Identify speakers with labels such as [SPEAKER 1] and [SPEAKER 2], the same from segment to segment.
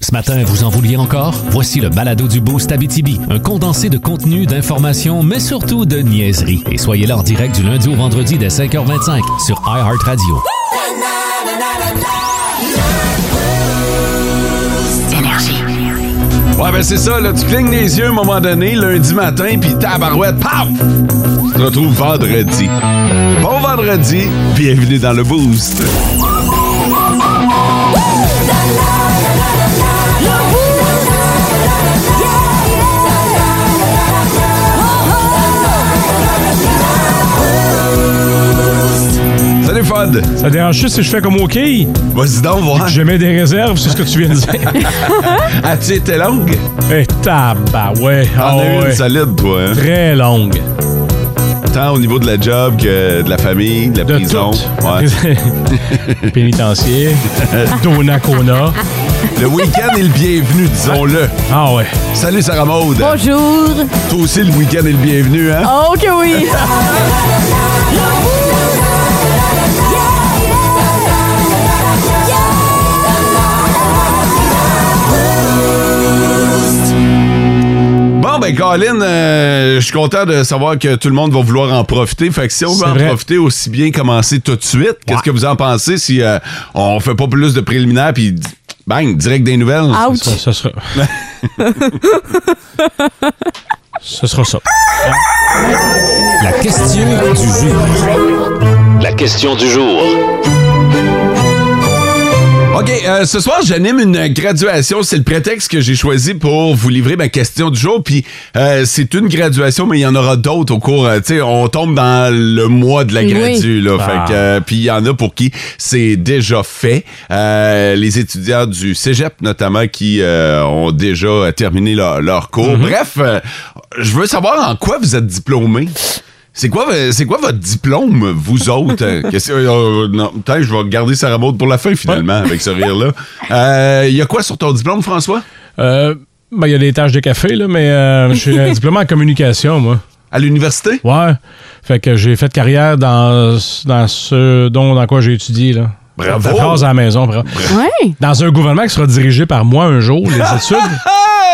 [SPEAKER 1] Ce matin, vous en vouliez encore? Voici le balado du Boost Abitibi, un condensé de contenu, d'informations, mais surtout de niaiseries. Et soyez là en direct du lundi au vendredi dès 5h25 sur iHeartRadio.
[SPEAKER 2] Ouais, ben c'est ça, là, tu clignes les yeux à un moment donné, lundi matin, puis tabarouette, paf! Tu te retrouves vendredi. Bon vendredi, bienvenue dans le Boost. Salut Fod!
[SPEAKER 3] Ça te dérange juste si je fais comme OK?
[SPEAKER 2] Vas-y donc voir.
[SPEAKER 3] Je mets des réserves, c'est ce que tu viens de dire.
[SPEAKER 2] As-tu été longue?
[SPEAKER 3] Eh, tabarouet. Ah
[SPEAKER 2] T'en as eu une
[SPEAKER 3] ouais.
[SPEAKER 2] solide, toi. hein?
[SPEAKER 3] Très longue.
[SPEAKER 2] Tant au niveau de la job que de la famille, de la
[SPEAKER 3] De
[SPEAKER 2] prison.
[SPEAKER 3] toutes.
[SPEAKER 2] Ouais.
[SPEAKER 3] Pénitencier. Donacona.
[SPEAKER 2] le week-end est le bienvenu, disons-le.
[SPEAKER 3] Ah ouais.
[SPEAKER 2] Salut Sarah Maud.
[SPEAKER 4] Bonjour!
[SPEAKER 2] Toi aussi, le week-end est le bienvenu, hein?
[SPEAKER 4] Oh que oui!
[SPEAKER 2] Bon, ben, Colin, euh, je suis content de savoir que tout le monde va vouloir en profiter. Fait que si on veut
[SPEAKER 3] C'est
[SPEAKER 2] en
[SPEAKER 3] vrai.
[SPEAKER 2] profiter, aussi bien commencer tout de suite. Qu'est-ce que vous en pensez si euh, on fait pas plus de préliminaires puis d- bang, direct des nouvelles?
[SPEAKER 4] Ouch!
[SPEAKER 3] Ça, ça sera. Ce sera ça.
[SPEAKER 1] La question du jour.
[SPEAKER 5] La question du jour.
[SPEAKER 2] OK, euh, ce soir, j'anime une graduation. C'est le prétexte que j'ai choisi pour vous livrer ma question du jour. Puis euh, c'est une graduation, mais il y en aura d'autres au cours. euh, tu sais, on tombe dans le mois de la
[SPEAKER 4] Oui.
[SPEAKER 2] gradu. Là,
[SPEAKER 3] Ah.
[SPEAKER 2] fait que, euh, puis il y en a pour qui c'est déjà fait. Euh, les étudiants du cégep, notamment, qui euh, ont déjà terminé leur, leur cours. Bref, euh, je veux savoir en quoi vous êtes diplômés. C'est quoi, euh, c'est quoi votre diplôme, vous autres? hein? Qu'est-ce que- euh, non, peut-être que je vais garder Sarah Maud pour la fin, finalement, avec ce rire-là. Euh, Il y a quoi sur ton diplôme, François?
[SPEAKER 3] Euh, ben, il y a des tâches de café, là, mais euh, je suis un diplôme en communication, moi.
[SPEAKER 2] À l'université?
[SPEAKER 3] Ouais. Fait que j'ai fait carrière dans, dans ce dont dans quoi j'ai étudié, là.
[SPEAKER 2] Bravo!
[SPEAKER 3] Ta phrase à la maison, bravo.
[SPEAKER 4] Ouais!
[SPEAKER 3] dans un gouvernement qui sera dirigé par moi un jour, les études.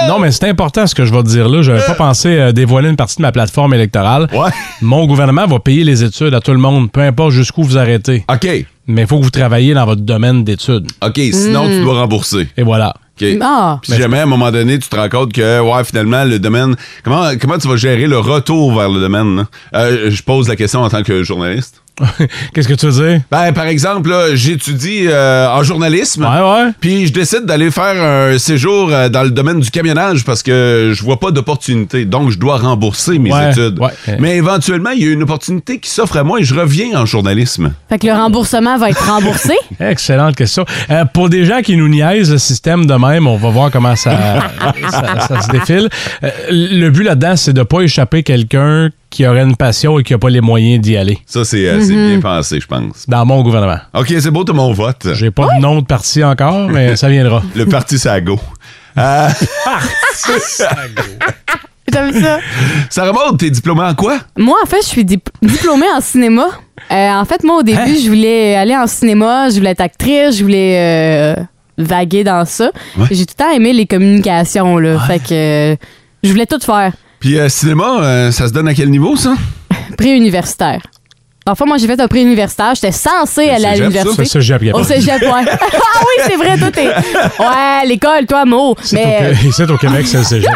[SPEAKER 3] Non, mais c'est important ce que je vais te dire là. J'avais pas pensé euh, dévoiler une partie de ma plateforme électorale.
[SPEAKER 2] Ouais.
[SPEAKER 3] Mon gouvernement va payer les études à tout le monde, peu importe jusqu'où vous arrêtez.
[SPEAKER 2] OK.
[SPEAKER 3] Mais il faut que vous travailliez dans votre domaine d'études.
[SPEAKER 2] OK, sinon tu dois rembourser.
[SPEAKER 3] Et voilà.
[SPEAKER 2] OK.
[SPEAKER 4] Ah!
[SPEAKER 2] Puis si jamais, à un moment donné, tu te rends compte que, ouais, finalement, le domaine... Comment, comment tu vas gérer le retour vers le domaine? hein? Euh, je pose la question en tant que journaliste.
[SPEAKER 3] Qu'est-ce que tu veux dire?
[SPEAKER 2] Ben, par exemple, là, j'étudie euh, en journalisme.
[SPEAKER 3] Ouais, ouais.
[SPEAKER 2] Puis je décide d'aller faire un séjour euh, dans le domaine du camionnage parce que je vois pas d'opportunité. Donc, je dois rembourser mes
[SPEAKER 3] Ouais,
[SPEAKER 2] études.
[SPEAKER 3] ouais.
[SPEAKER 2] Mais éventuellement, il y a une opportunité qui s'offre à moi et je reviens en journalisme.
[SPEAKER 4] Fait que le remboursement va être remboursé?
[SPEAKER 3] Excellente question. Euh, pour des gens qui nous niaisent le système de même, on va voir comment ça, ça- ça se défile. Euh, le but là-dedans, c'est de pas échapper quelqu'un qui aurait une passion et qui n'a pas les moyens d'y aller.
[SPEAKER 2] Ça, c'est euh, c'est bien pensé, je pense.
[SPEAKER 3] Dans mon gouvernement.
[SPEAKER 2] OK, c'est beau, t'as mon vote.
[SPEAKER 3] J'ai pas de nom de parti encore, mais ça viendra.
[SPEAKER 2] Le parti, c'est à go. Euh,
[SPEAKER 4] T'as vu ça?
[SPEAKER 2] ça remonte, t'es diplômé en quoi?
[SPEAKER 4] Moi, en fait, je suis dip- diplômée en cinéma. Euh, en fait, moi, au début, je voulais aller en cinéma, je voulais être actrice, je voulais euh, vaguer dans ça.
[SPEAKER 2] Ouais.
[SPEAKER 4] J'ai tout le temps aimé les communications, là. Fait que euh, je voulais tout faire.
[SPEAKER 2] Puis euh, cinéma, euh, ça se donne à quel niveau, ça?
[SPEAKER 4] Prix universitaire. Enfin, moi, j'ai fait un prix universitaire. J'étais censée aller à
[SPEAKER 2] cégep,
[SPEAKER 4] l'université.
[SPEAKER 3] Ça, ça, j'ai appris.
[SPEAKER 4] Au cégep, ouais. ah oui, c'est vrai, toi, t'es. Ouais, l'école, toi, Mo.
[SPEAKER 3] C'est au
[SPEAKER 4] Mais.
[SPEAKER 3] Qué- ici, au Québec, c'est le cégep.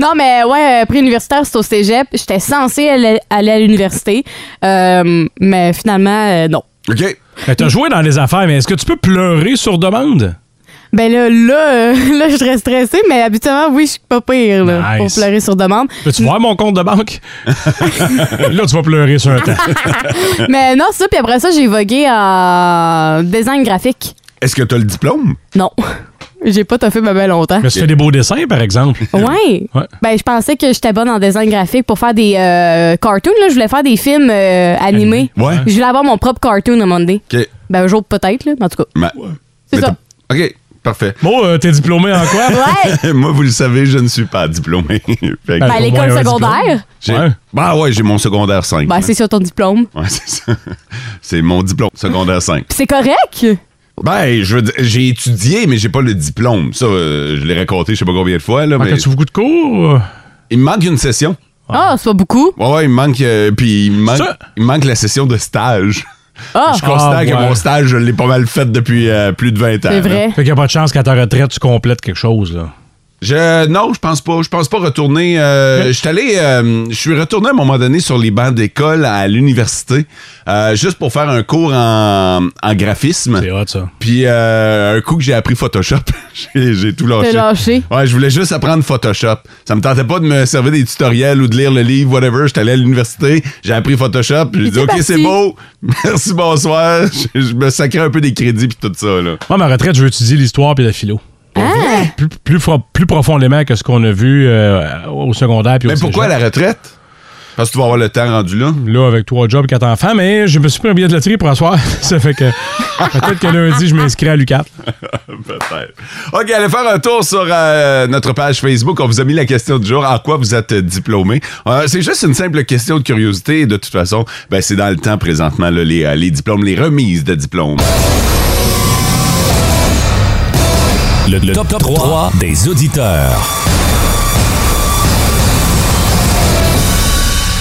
[SPEAKER 4] Non, mais ouais, euh, pré-universitaire, c'est au cégep. J'étais censée aller, aller à l'université. Euh, mais finalement, euh, non.
[SPEAKER 2] OK.
[SPEAKER 3] Mais t'as joué dans les affaires, mais est-ce que tu peux pleurer sur demande?
[SPEAKER 4] Ben là, là, euh, là, je serais stressée, mais habituellement, oui, je suis pas pire, là,
[SPEAKER 3] Nice.
[SPEAKER 4] pour pleurer sur demande.
[SPEAKER 3] Peux-tu voir mon compte de banque? Là, tu vas pleurer sur un temps. Euh.
[SPEAKER 4] mais non, c'est ça. Puis après ça, j'ai vogué en design graphique.
[SPEAKER 2] Est-ce que t'as le diplôme?
[SPEAKER 4] Non. J'ai pas toffé ma belle longtemps.
[SPEAKER 3] Mais tu fais des beaux dessins, par exemple.
[SPEAKER 4] Ouais.
[SPEAKER 3] Ouais.
[SPEAKER 4] Ben, je pensais que j'étais bonne en design graphique pour faire des euh, cartoons. Là. Je voulais faire des films euh, animés.
[SPEAKER 2] Ouais.
[SPEAKER 4] Je voulais avoir mon propre cartoon à un moment donné.
[SPEAKER 2] OK.
[SPEAKER 4] Ben, un jour peut-être, là. Mais en tout cas.
[SPEAKER 2] Ma-
[SPEAKER 4] C'est
[SPEAKER 2] mais
[SPEAKER 4] ça.
[SPEAKER 2] t'as- OK, parfait.
[SPEAKER 3] Bon, euh, t'es diplômé en quoi?
[SPEAKER 4] Ouais.
[SPEAKER 2] Moi, vous le savez, je ne suis pas diplômé. Fait que
[SPEAKER 4] Ben, à l'école
[SPEAKER 3] au moins un
[SPEAKER 4] secondaire.
[SPEAKER 2] j'ai-
[SPEAKER 3] Ouais.
[SPEAKER 2] Bah ouais, j'ai mon secondaire 5.
[SPEAKER 4] Ben, c'est sur ton diplôme.
[SPEAKER 2] Ouais, c'est ça. C'est mon diplôme secondaire 5.
[SPEAKER 4] Puis c'est correct.
[SPEAKER 2] Ben, je veux dire, j'ai étudié, mais j'ai pas le diplôme. Ça, euh, je l'ai raconté je sais pas combien de fois. Là, mais
[SPEAKER 3] Manques-tu beaucoup de cours?
[SPEAKER 2] Il me manque une session.
[SPEAKER 4] Ah, c'est pas beaucoup.
[SPEAKER 2] Ouais, ouais, il me manque. euh, puis il me manque,
[SPEAKER 3] Ça-
[SPEAKER 2] il me manque la session de stage.
[SPEAKER 4] Ah,
[SPEAKER 2] Je considère
[SPEAKER 3] Ah,
[SPEAKER 2] que
[SPEAKER 3] ouais.
[SPEAKER 2] mon stage, je l'ai pas mal fait depuis euh, plus de 20 ans.
[SPEAKER 4] c'est
[SPEAKER 2] là.
[SPEAKER 4] vrai.
[SPEAKER 3] Fait qu'il n'y a pas de chance qu'à ta retraite, tu complètes quelque chose, là.
[SPEAKER 2] Je, non, je pense pas. Je pense pas retourner. euh, je suis allé, euh, je suis retourné à un moment donné sur les bancs d'école à l'université, euh, juste pour faire un cours en, en graphisme.
[SPEAKER 3] C'est hot, ça.
[SPEAKER 2] Puis euh, un coup que j'ai appris Photoshop, j'ai j'ai tout lâché.
[SPEAKER 4] T'as lâché.
[SPEAKER 2] Ouais, je voulais juste apprendre Photoshop. Ça me tentait pas de me servir des tutoriels ou de lire le livre, whatever. J'étais allé à l'université, j'ai appris Photoshop, j'ai
[SPEAKER 4] Puis
[SPEAKER 2] dit
[SPEAKER 4] t'es
[SPEAKER 2] OK,
[SPEAKER 4] parti.
[SPEAKER 2] c'est beau, merci, bonsoir. Je, je me sacrais un peu des crédits puis tout ça là.
[SPEAKER 3] Moi, à ma retraite, je veux étudier l'histoire puis la philo.
[SPEAKER 4] Ah!
[SPEAKER 3] Plus, plus, fro- plus profondément que ce qu'on a vu euh, au secondaire. Puis au
[SPEAKER 2] Mais pourquoi à
[SPEAKER 3] cégep.
[SPEAKER 2] la retraite Parce que tu vas avoir le temps rendu là.
[SPEAKER 3] Là, avec trois jobs, quatre enfants, mais je me suis pris un billet de loterie pour asseoir. ça fait que peut-être que lundi, je m'inscris à l'UCAT.
[SPEAKER 2] Peut-être. OK, allez faire un tour sur euh, notre page Facebook. On vous a mis la question du jour. En quoi vous êtes euh, diplômé? Euh, c'est juste une simple question de curiosité. De toute façon, ben, c'est dans le temps présentement, là, les, euh, les diplômes, les remises de diplômes.
[SPEAKER 1] Le, le top, 3 des auditeurs.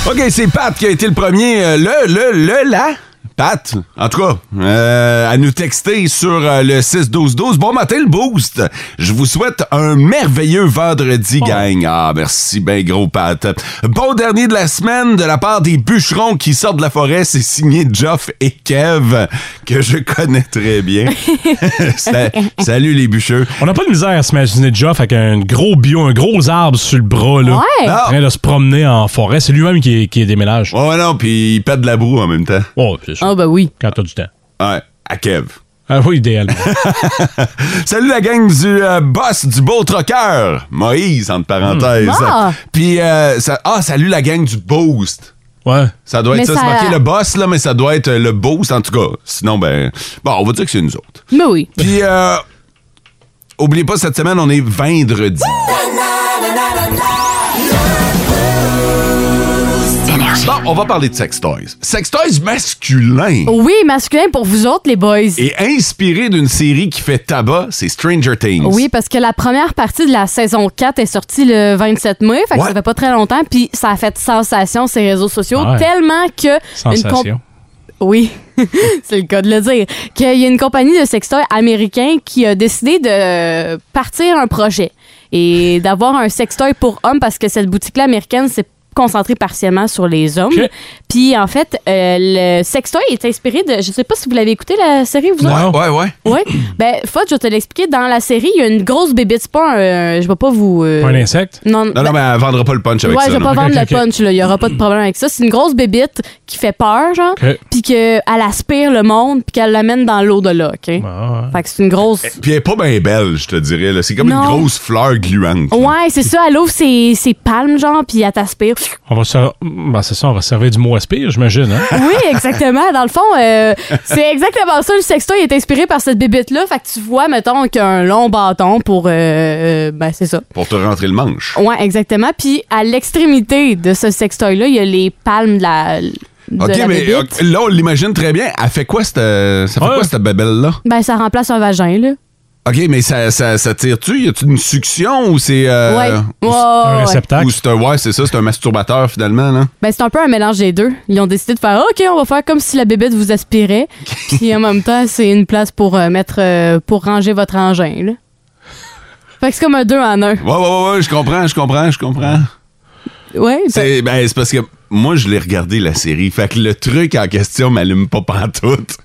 [SPEAKER 2] OK, c'est Pat qui a été le premier. euh, le, le, le, là. Pat, en tout cas, euh, à nous texter sur euh, le 6-12-12. Bon matin, le boost. Je vous souhaite un merveilleux vendredi, gang. Ah, merci ben gros, Pat. Bon dernier de la semaine de la part des bûcherons qui sortent de la forêt. C'est signé Geoff et Kev, que je connais très bien. Sa- Salut, les bûcheux.
[SPEAKER 3] On n'a pas de misère à s'imaginer Jeff avec un gros bio, un gros arbre sur le bras, là.
[SPEAKER 4] Ouais.
[SPEAKER 3] En train de se promener en forêt. C'est lui-même qui, qui déménage.
[SPEAKER 2] Ouais, ouais, non, puis ils pètent de la boue en même temps.
[SPEAKER 3] Oh, c'est ça.
[SPEAKER 4] Ah, bah oui.
[SPEAKER 3] Quand t'as du temps.
[SPEAKER 2] Ouais, à Kev.
[SPEAKER 3] Ah oui, idéalement.
[SPEAKER 2] Salut la gang du euh, boss du beau troqueur, Moïse entre parenthèses.
[SPEAKER 4] Ah!
[SPEAKER 2] Puis euh, ça- ah salut la gang du boost.
[SPEAKER 3] Ouais.
[SPEAKER 2] Ça doit être
[SPEAKER 4] Mais
[SPEAKER 2] ça,
[SPEAKER 4] ça-
[SPEAKER 2] c'est marqué le boss là, mais ça doit être euh, le boost en tout cas. Sinon ben bon, on va dire que c'est nous autres.
[SPEAKER 4] Mais Ben oui.
[SPEAKER 2] Puis euh, oubliez pas cette semaine on est vendredi. Bon, on va parler de sex toys. Sex toys masculins.
[SPEAKER 4] Oui, masculin pour vous autres, les boys.
[SPEAKER 2] Et inspiré d'une série qui fait tabac, c'est Stranger Things.
[SPEAKER 4] Oui, parce que la première partie de la saison 4 est sortie le 27 mai, fait que
[SPEAKER 2] Ouais.
[SPEAKER 4] ça fait pas très longtemps, puis ça a fait sensation sur les réseaux sociaux,
[SPEAKER 3] Ouais.
[SPEAKER 4] tellement que... une
[SPEAKER 3] Sensation.
[SPEAKER 4] comp- oui, c'est le cas de le dire. Qu'il y a une compagnie de sextoys américain qui a décidé de partir un projet et d'avoir un sextoy pour hommes parce que cette boutique-là américaine, c'est concentrée partiellement sur les hommes.
[SPEAKER 3] Ok.
[SPEAKER 4] Puis en fait, euh, le sextoy est inspiré de... Je sais pas si vous l'avez écouté, la série, vous autres?
[SPEAKER 2] Ouais,
[SPEAKER 3] Non.
[SPEAKER 2] ouais, ouais.
[SPEAKER 4] Oui. Ben, Fudge, je vais te l'expliquer. Dans la série, il y a une grosse bébé C'est pas un. euh, je vais pas vous. euh,
[SPEAKER 3] Pas un insecte.
[SPEAKER 4] non,
[SPEAKER 2] Non, non, mais elle vendra pas le punch avec
[SPEAKER 4] ouais,
[SPEAKER 2] ça.
[SPEAKER 4] je vais
[SPEAKER 2] non.
[SPEAKER 4] pas vendre
[SPEAKER 3] Ok,
[SPEAKER 4] le
[SPEAKER 3] ok, ok.
[SPEAKER 4] punch, là. Il y aura pas de problème avec ça. C'est une grosse bébite qui fait peur, genre.
[SPEAKER 3] Ok.
[SPEAKER 4] Puis qu'elle aspire le monde, puis qu'elle l'amène dans l'au-delà, OK?
[SPEAKER 3] Ah,
[SPEAKER 4] Fait que c'est une grosse.
[SPEAKER 2] Puis elle est pas bien belle, je te dirais. là. C'est comme une
[SPEAKER 4] Non.
[SPEAKER 2] grosse fleur gluante. là.
[SPEAKER 4] Ouais, c'est ça. Elle ouvre ses, ses palmes, genre, puis elle t'aspire.
[SPEAKER 3] On va se... ben, c'est ça, on va se servir du mot aspire, j'imagine. Hein?
[SPEAKER 4] Oui, exactement. Dans le fond, euh, c'est exactement ça. Le sextoy est inspiré par cette bébite-là. Fait que tu vois, mettons, qu'un long bâton pour. euh, euh, ben, c'est ça.
[SPEAKER 2] Pour te rentrer le manche.
[SPEAKER 4] Ouais, exactement. Puis à l'extrémité de ce sextoy-là, il y a les palmes de la. de
[SPEAKER 2] OK,
[SPEAKER 4] la
[SPEAKER 2] mais
[SPEAKER 4] bébite.
[SPEAKER 2] ok, là, on l'imagine très bien. Elle fait quoi, cette, euh, ça fait
[SPEAKER 3] Ouais.
[SPEAKER 2] quoi, cette babelle-là?
[SPEAKER 4] Ben, ça remplace un vagin, là.
[SPEAKER 2] OK, mais ça, ça, ça tire-tu? Y a-tu une succion ou c'est... euh,
[SPEAKER 4] ouais.
[SPEAKER 2] ou c'est-
[SPEAKER 4] Ouais, Ah ouais,
[SPEAKER 3] un
[SPEAKER 4] ouais.
[SPEAKER 3] réceptacle.
[SPEAKER 2] Ou c'est un... Ouais, c'est ça, c'est un masturbateur, finalement, là.
[SPEAKER 4] Ben, c'est un peu un mélange des deux. Ils ont décidé de faire OK, on va faire comme si la bébête vous aspirait. Puis en même temps, c'est une place pour euh, mettre. euh, pour ranger votre engin, là. Fait que c'est comme un deux en un.
[SPEAKER 2] Ouais, ouais, ouais, ouais, je comprends, je comprends, je comprends.
[SPEAKER 4] Ouais. ben-
[SPEAKER 2] C'est ben, c'est parce que moi, je l'ai regardé, la série. Fait que le truc en question m'allume pas pantoute.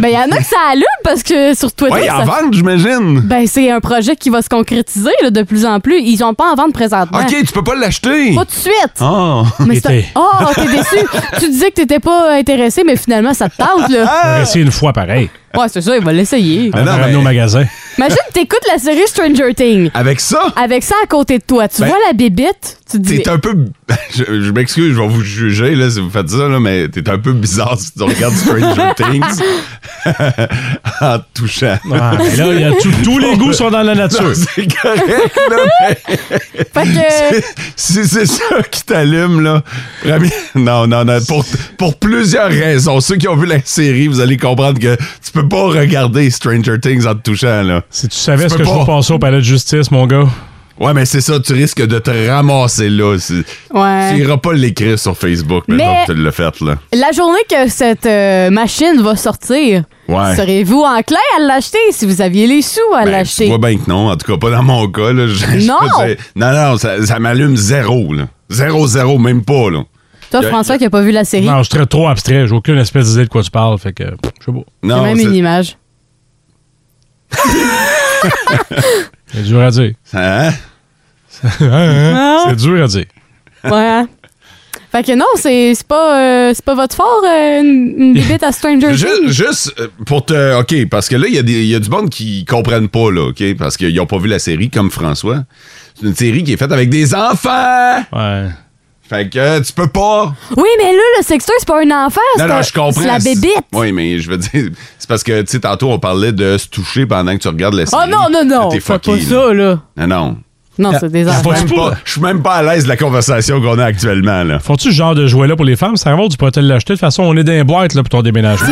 [SPEAKER 4] Ben, il y en a que ça allume parce que sur Twitter.
[SPEAKER 2] Ouais, ils en
[SPEAKER 4] ça-
[SPEAKER 2] vendent, j'imagine.
[SPEAKER 4] Ben, c'est un projet qui va se concrétiser, là, de plus en plus. Ils ont pas en vente présentement.
[SPEAKER 2] OK, tu peux pas l'acheter.
[SPEAKER 4] Pas tout de suite.
[SPEAKER 2] Oh.
[SPEAKER 4] Mais c'est un-
[SPEAKER 3] Été.
[SPEAKER 4] Oh, t'es déçu. tu disais que t'étais pas intéressé, mais finalement, ça te tente, là.
[SPEAKER 3] On va essayer une fois pareil.
[SPEAKER 4] Ouais, c'est ça, il va l'essayer.
[SPEAKER 2] Ah,
[SPEAKER 3] On
[SPEAKER 2] non,
[SPEAKER 3] va ramener
[SPEAKER 2] mais-
[SPEAKER 3] au magasin.
[SPEAKER 4] Imagine, t'écoutes la série Stranger Things.
[SPEAKER 2] Avec ça?
[SPEAKER 4] Avec ça à côté de toi, tu
[SPEAKER 2] Ben-
[SPEAKER 4] vois la bébite, Tu te dis.
[SPEAKER 2] T'es un peu. Je, je m'excuse, je vais vous juger là, si vous faites ça, là, mais t'es un peu bizarre si tu regardes Stranger Things en te touchant.
[SPEAKER 3] Ah, mais là, il y a tout- tous les goûts sont dans la nature.
[SPEAKER 2] Non, c'est correct, là, mais
[SPEAKER 4] Fait que-
[SPEAKER 2] si c'est ça qui t'allume, là. Rami- Non, non, non. Pour, pour plusieurs raisons. Ceux qui ont vu la série, vous allez comprendre que tu peux pas regarder Stranger Things en te touchant, là.
[SPEAKER 3] Si tu savais
[SPEAKER 2] Tu
[SPEAKER 3] ce
[SPEAKER 2] peux
[SPEAKER 3] que je
[SPEAKER 2] pas.
[SPEAKER 3] vais penser au palais de justice, mon gars.
[SPEAKER 2] Ouais, mais c'est ça, tu risques de te ramasser là. C'est-
[SPEAKER 4] Ouais.
[SPEAKER 2] Tu iras pas l'écrire sur Facebook, mais,
[SPEAKER 4] Mais-
[SPEAKER 2] donc tu l'as fait, là.
[SPEAKER 4] La journée que cette euh, machine va sortir,
[SPEAKER 2] Ouais.
[SPEAKER 4] serez-vous enclin à l'acheter si vous aviez les sous à
[SPEAKER 2] Ben, Tu
[SPEAKER 4] l'acheter?
[SPEAKER 2] vois bien que non, en tout cas pas dans mon cas. Là, Je- je
[SPEAKER 4] Non!
[SPEAKER 2] veux dire, non, non, ça, ça m'allume zéro. Là. Zéro, zéro, même pas. Là.
[SPEAKER 4] Toi,
[SPEAKER 2] y a-
[SPEAKER 4] François, qui n'a pas vu la série,
[SPEAKER 3] Non, je suis très- trop abstrait. J'ai aucune espèce d'idée de quoi tu parles. Fait que, pff, je sais pas.
[SPEAKER 4] j'ai
[SPEAKER 2] Non,
[SPEAKER 4] même
[SPEAKER 2] c'est-
[SPEAKER 4] une image.
[SPEAKER 3] C'est dur à dire.
[SPEAKER 2] Hein?
[SPEAKER 3] C'est dur à dire.
[SPEAKER 4] Ouais. hein? Fait que non, c'est c'est pas, euh, c'est pas votre fort, euh, une, une bibite à Stranger
[SPEAKER 2] Ju-
[SPEAKER 4] Things.
[SPEAKER 2] juste euh, pour te. OK, parce que là, il y, a des- il y a du monde qui comprennent pas, là, OK? Parce qu'ils n'ont pas vu la série comme François. C'est une série qui est faite avec des enfants!
[SPEAKER 3] Ouais.
[SPEAKER 2] Fait que euh, tu peux pas.
[SPEAKER 4] Oui, mais là, le sextoy, c'est pas un enfant, c'est
[SPEAKER 2] Non, non,
[SPEAKER 4] un-
[SPEAKER 2] je comprends.
[SPEAKER 4] c'est la
[SPEAKER 2] C'est-
[SPEAKER 4] bébite.
[SPEAKER 2] Oui, mais je veux dire, c'est parce que, tu sais, tantôt, on parlait de se toucher pendant que tu regardes la série.
[SPEAKER 4] Oh non, non, non,
[SPEAKER 2] T'es
[SPEAKER 4] fais pas
[SPEAKER 2] fucké, là.
[SPEAKER 4] ça, là.
[SPEAKER 2] Non, non.
[SPEAKER 4] Non, c'est des
[SPEAKER 3] la
[SPEAKER 4] enfants.
[SPEAKER 2] Je suis même pas- je suis même pas à l'aise de la conversation qu'on a actuellement, là.
[SPEAKER 3] Faut-tu ce genre de jouet-là pour les femmes? Ça va, tu pourrais te l'acheter. De toute façon, on est dans les boîtes là, pour ton déménagement.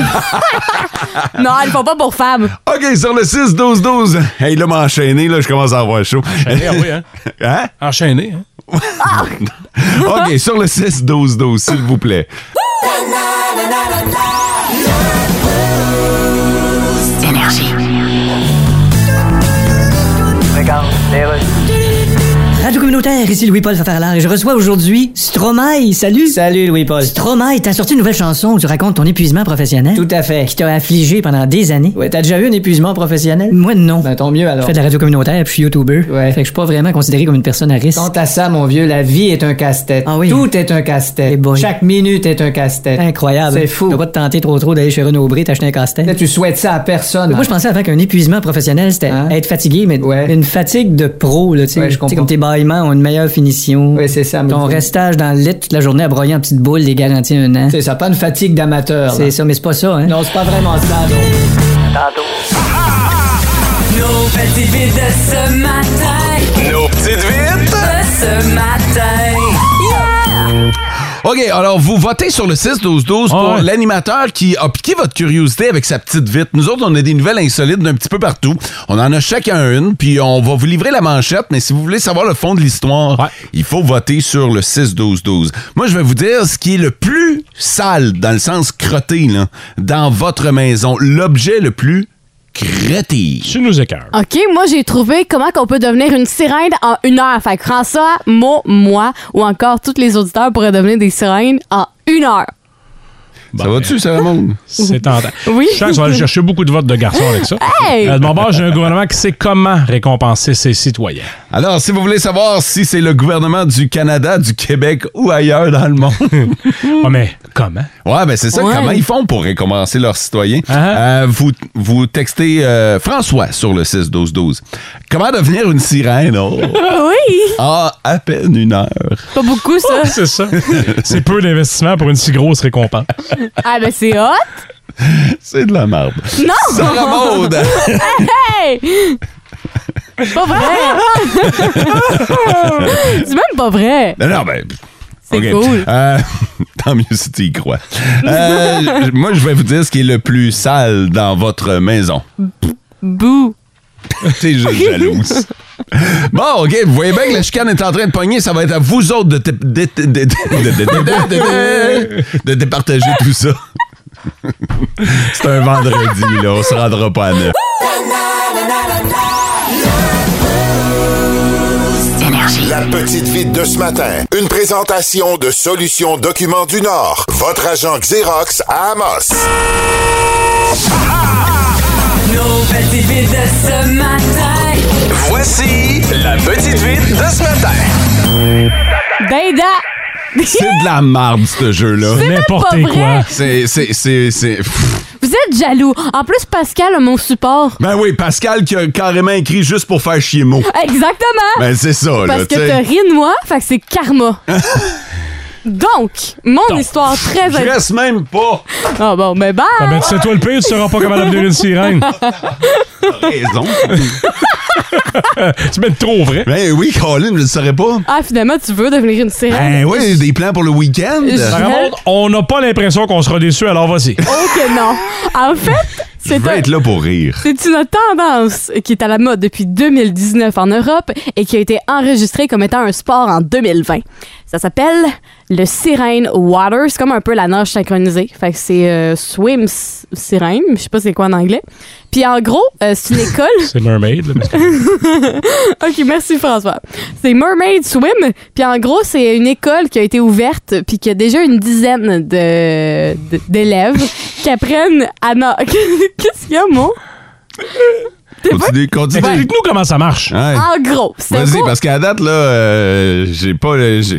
[SPEAKER 4] Non, elles font pas pour femmes.
[SPEAKER 2] OK, sur le 6-12-12. Hey, là, m'enchaîner, là, je commence à avoir chaud.
[SPEAKER 3] Enchaîné, ah oui, hein?
[SPEAKER 2] Hein?
[SPEAKER 3] Enchaîné. Hein?
[SPEAKER 2] OK, sur le 6-12-12, s'il vous plaît.
[SPEAKER 6] Radio communautaire, ici Louis-Paul Fafarlard et je reçois aujourd'hui Stromae. Salut!
[SPEAKER 7] Salut Louis-Paul.
[SPEAKER 6] Stromae, t'as sorti une nouvelle chanson où tu racontes ton épuisement professionnel
[SPEAKER 7] Tout à fait.
[SPEAKER 6] qui t'a affligé pendant des années.
[SPEAKER 7] Ouais, t'as déjà eu un épuisement professionnel?
[SPEAKER 6] Moi, non.
[SPEAKER 7] Ben, tant mieux
[SPEAKER 6] je
[SPEAKER 7] alors.
[SPEAKER 6] fais de la radio communautaire puis je suis YouTuber.
[SPEAKER 7] Ouais.
[SPEAKER 6] Fait que je suis pas vraiment considéré comme une personne à risque.
[SPEAKER 7] Quant à ça, mon vieux, la vie est un casse-tête.
[SPEAKER 6] Ah oui.
[SPEAKER 7] Tout est un
[SPEAKER 6] Eh
[SPEAKER 7] casse-tête.
[SPEAKER 6] boy.
[SPEAKER 7] Chaque minute est un casse-tête.
[SPEAKER 6] Incroyable.
[SPEAKER 7] C'est fou.
[SPEAKER 6] T'as pas de tenter trop trop d'aller chez Renaud Bré t'acheter un
[SPEAKER 7] Là,
[SPEAKER 6] casse-tête.
[SPEAKER 7] tu souhaites ça à personne.
[SPEAKER 6] Moi, je pensais avant qu'un épuisement professionnel, c'était
[SPEAKER 7] Hein?
[SPEAKER 6] être fatigué, mais
[SPEAKER 7] Ouais.
[SPEAKER 6] une fatigue de pro, là, tu sais.
[SPEAKER 7] Ouais, je
[SPEAKER 6] Tu sais,
[SPEAKER 7] comprends.
[SPEAKER 6] Comme tes bâillements ont une meilleure finition.
[SPEAKER 7] Ouais, c'est ça, mais-
[SPEAKER 6] Ton restage dans le lit toute la journée à broyer en petites boules les garantit un an.
[SPEAKER 7] C'est ça, pas une fatigue d'amateur. là.
[SPEAKER 6] C'est ça, mais c'est pas ça, hein.
[SPEAKER 7] Non, c'est pas vraiment ça, non.
[SPEAKER 8] Nos petites vites de ce matin. Nos petites vites de ce matin. Yeah!
[SPEAKER 2] OK, alors vous votez sur le 6-12-12 pour
[SPEAKER 3] Ah Ouais.
[SPEAKER 2] l'animateur qui a piqué votre curiosité avec sa petite vite. Nous autres, on a des nouvelles insolites d'un petit peu partout. On en a chacun une, puis on va vous livrer la manchette, mais si vous voulez savoir le fond de l'histoire,
[SPEAKER 3] Ouais.
[SPEAKER 2] il faut voter sur le 6-12-12. Moi, je vais vous dire ce qui est le plus sale, dans le sens crotté, là, dans votre maison. L'objet le plus crotté.
[SPEAKER 3] Tu nous écœures.
[SPEAKER 4] OK, moi, j'ai trouvé comment qu'on peut devenir une sirène en une heure. Fait que François, Mo, moi, ou encore tous les auditeurs pourraient devenir des sirènes en une heure.
[SPEAKER 2] ça
[SPEAKER 3] ben.
[SPEAKER 2] va-tu, ça, Raymond?
[SPEAKER 3] C'est tentant.
[SPEAKER 4] Oui.
[SPEAKER 3] Je sens que tu vas aller chercher beaucoup de votes de garçons avec ça.
[SPEAKER 4] Hey!
[SPEAKER 3] Euh, de mon bord, j'ai un gouvernement qui sait comment récompenser ses citoyens.
[SPEAKER 2] Alors, si vous voulez savoir si c'est le gouvernement du Canada, du Québec ou ailleurs dans le monde...
[SPEAKER 4] Mm.
[SPEAKER 3] Ah, mais comment?
[SPEAKER 2] Ouais, ben c'est ça.
[SPEAKER 4] Ouais.
[SPEAKER 2] Comment ils font pour récompenser leurs citoyens?
[SPEAKER 3] Ah.
[SPEAKER 2] Euh, vous, vous textez euh, François sur le 6-12-12. Comment devenir une sirène? Oh.
[SPEAKER 4] Oui!
[SPEAKER 2] Ah, à peine une heure.
[SPEAKER 4] Pas beaucoup, ça.
[SPEAKER 3] C'est ça. C'est peu d'investissement pour une si grosse récompense.
[SPEAKER 4] Ah, ben, c'est hot!
[SPEAKER 2] C'est de la merde.
[SPEAKER 4] Non!
[SPEAKER 2] Sarah Maud!
[SPEAKER 4] Hey! C'est pas vrai! c'est même pas vrai!
[SPEAKER 2] Non, non, ben.
[SPEAKER 4] C'est
[SPEAKER 2] ok.
[SPEAKER 4] cool.
[SPEAKER 2] Euh, tant mieux si tu y crois. Euh, j- moi, je vais vous dire ce qui est le plus sale dans votre maison.
[SPEAKER 4] Bouh!
[SPEAKER 2] T'es juste jalouse. Bon, OK, vous voyez bien que la chicane est en train de pogner. Ça va être à vous autres de, te- de- de- de- de- de- de- de départager tout ça. C'est un vendredi, là. On se rendra pas à neuf.
[SPEAKER 9] La petite vite de ce matin. Une présentation de Solutions Documents du Nord. Votre agent Xerox à Amos.
[SPEAKER 8] Nos
[SPEAKER 4] Ben,
[SPEAKER 8] petites vites de ce matin.
[SPEAKER 5] Voici la petite vite de ce matin.
[SPEAKER 4] Dada!
[SPEAKER 2] C'est de la marde, ce jeu-là.
[SPEAKER 4] C'est même
[SPEAKER 3] N'importe
[SPEAKER 4] pas
[SPEAKER 3] quoi.
[SPEAKER 4] vrai.
[SPEAKER 2] C'est. C'est. C'est. c'est- pff.
[SPEAKER 4] Vous êtes jaloux. En plus, Pascal a mon support.
[SPEAKER 2] Ben oui, Pascal qui a carrément écrit juste pour faire chier Mo.
[SPEAKER 4] Exactement.
[SPEAKER 2] Ben c'est ça, là,
[SPEAKER 4] Parce que
[SPEAKER 2] tu sais.
[SPEAKER 4] t'as ri de moi, fait que c'est karma. Donc, mon histoire très...
[SPEAKER 2] Je reste même pas.
[SPEAKER 4] Ah bon, mais bye!
[SPEAKER 3] Ah ben, tu sais, toi le pire, tu sauras pas comment devenir une sirène.
[SPEAKER 2] T'as raison.
[SPEAKER 3] tu mets trop vrai.
[SPEAKER 2] ben oui, Colin, je le saurais pas.
[SPEAKER 4] Ah, finalement, tu veux devenir une sirène?
[SPEAKER 2] Ben oui, des plans pour le week-end.
[SPEAKER 4] Je-
[SPEAKER 3] Par contre, on n'a pas l'impression qu'on sera déçus, alors vas-y.
[SPEAKER 4] Oh que non! En fait,
[SPEAKER 2] Je
[SPEAKER 4] c'est
[SPEAKER 2] vais
[SPEAKER 4] un-
[SPEAKER 2] être là pour rire.
[SPEAKER 4] C'est une tendance qui est à la mode depuis 2019 en Europe et qui a été enregistrée comme étant un sport en 2020. Ça s'appelle le sirène water. C'est comme un peu la nage synchronisée. Fait que c'est euh, swim s- sirène. Je sais pas c'est quoi en anglais. Puis en gros, euh, c'est une école.
[SPEAKER 3] C'est Mermaid. là, parce que-
[SPEAKER 4] ok, merci François. C'est Mermaid Swim. Puis en gros, c'est une école qui a été ouverte puis qui a déjà une dizaine de de- d'élèves qui apprennent à nager. Qu'est-ce qu'il y a, mon?
[SPEAKER 2] Continue, continue.
[SPEAKER 3] Explique-nous comment ça marche.
[SPEAKER 2] Ouais.
[SPEAKER 4] En gros, c'est un
[SPEAKER 2] Vas-y,
[SPEAKER 4] cours-
[SPEAKER 2] parce qu'à date, là, euh, j'ai pas. euh, j'ai-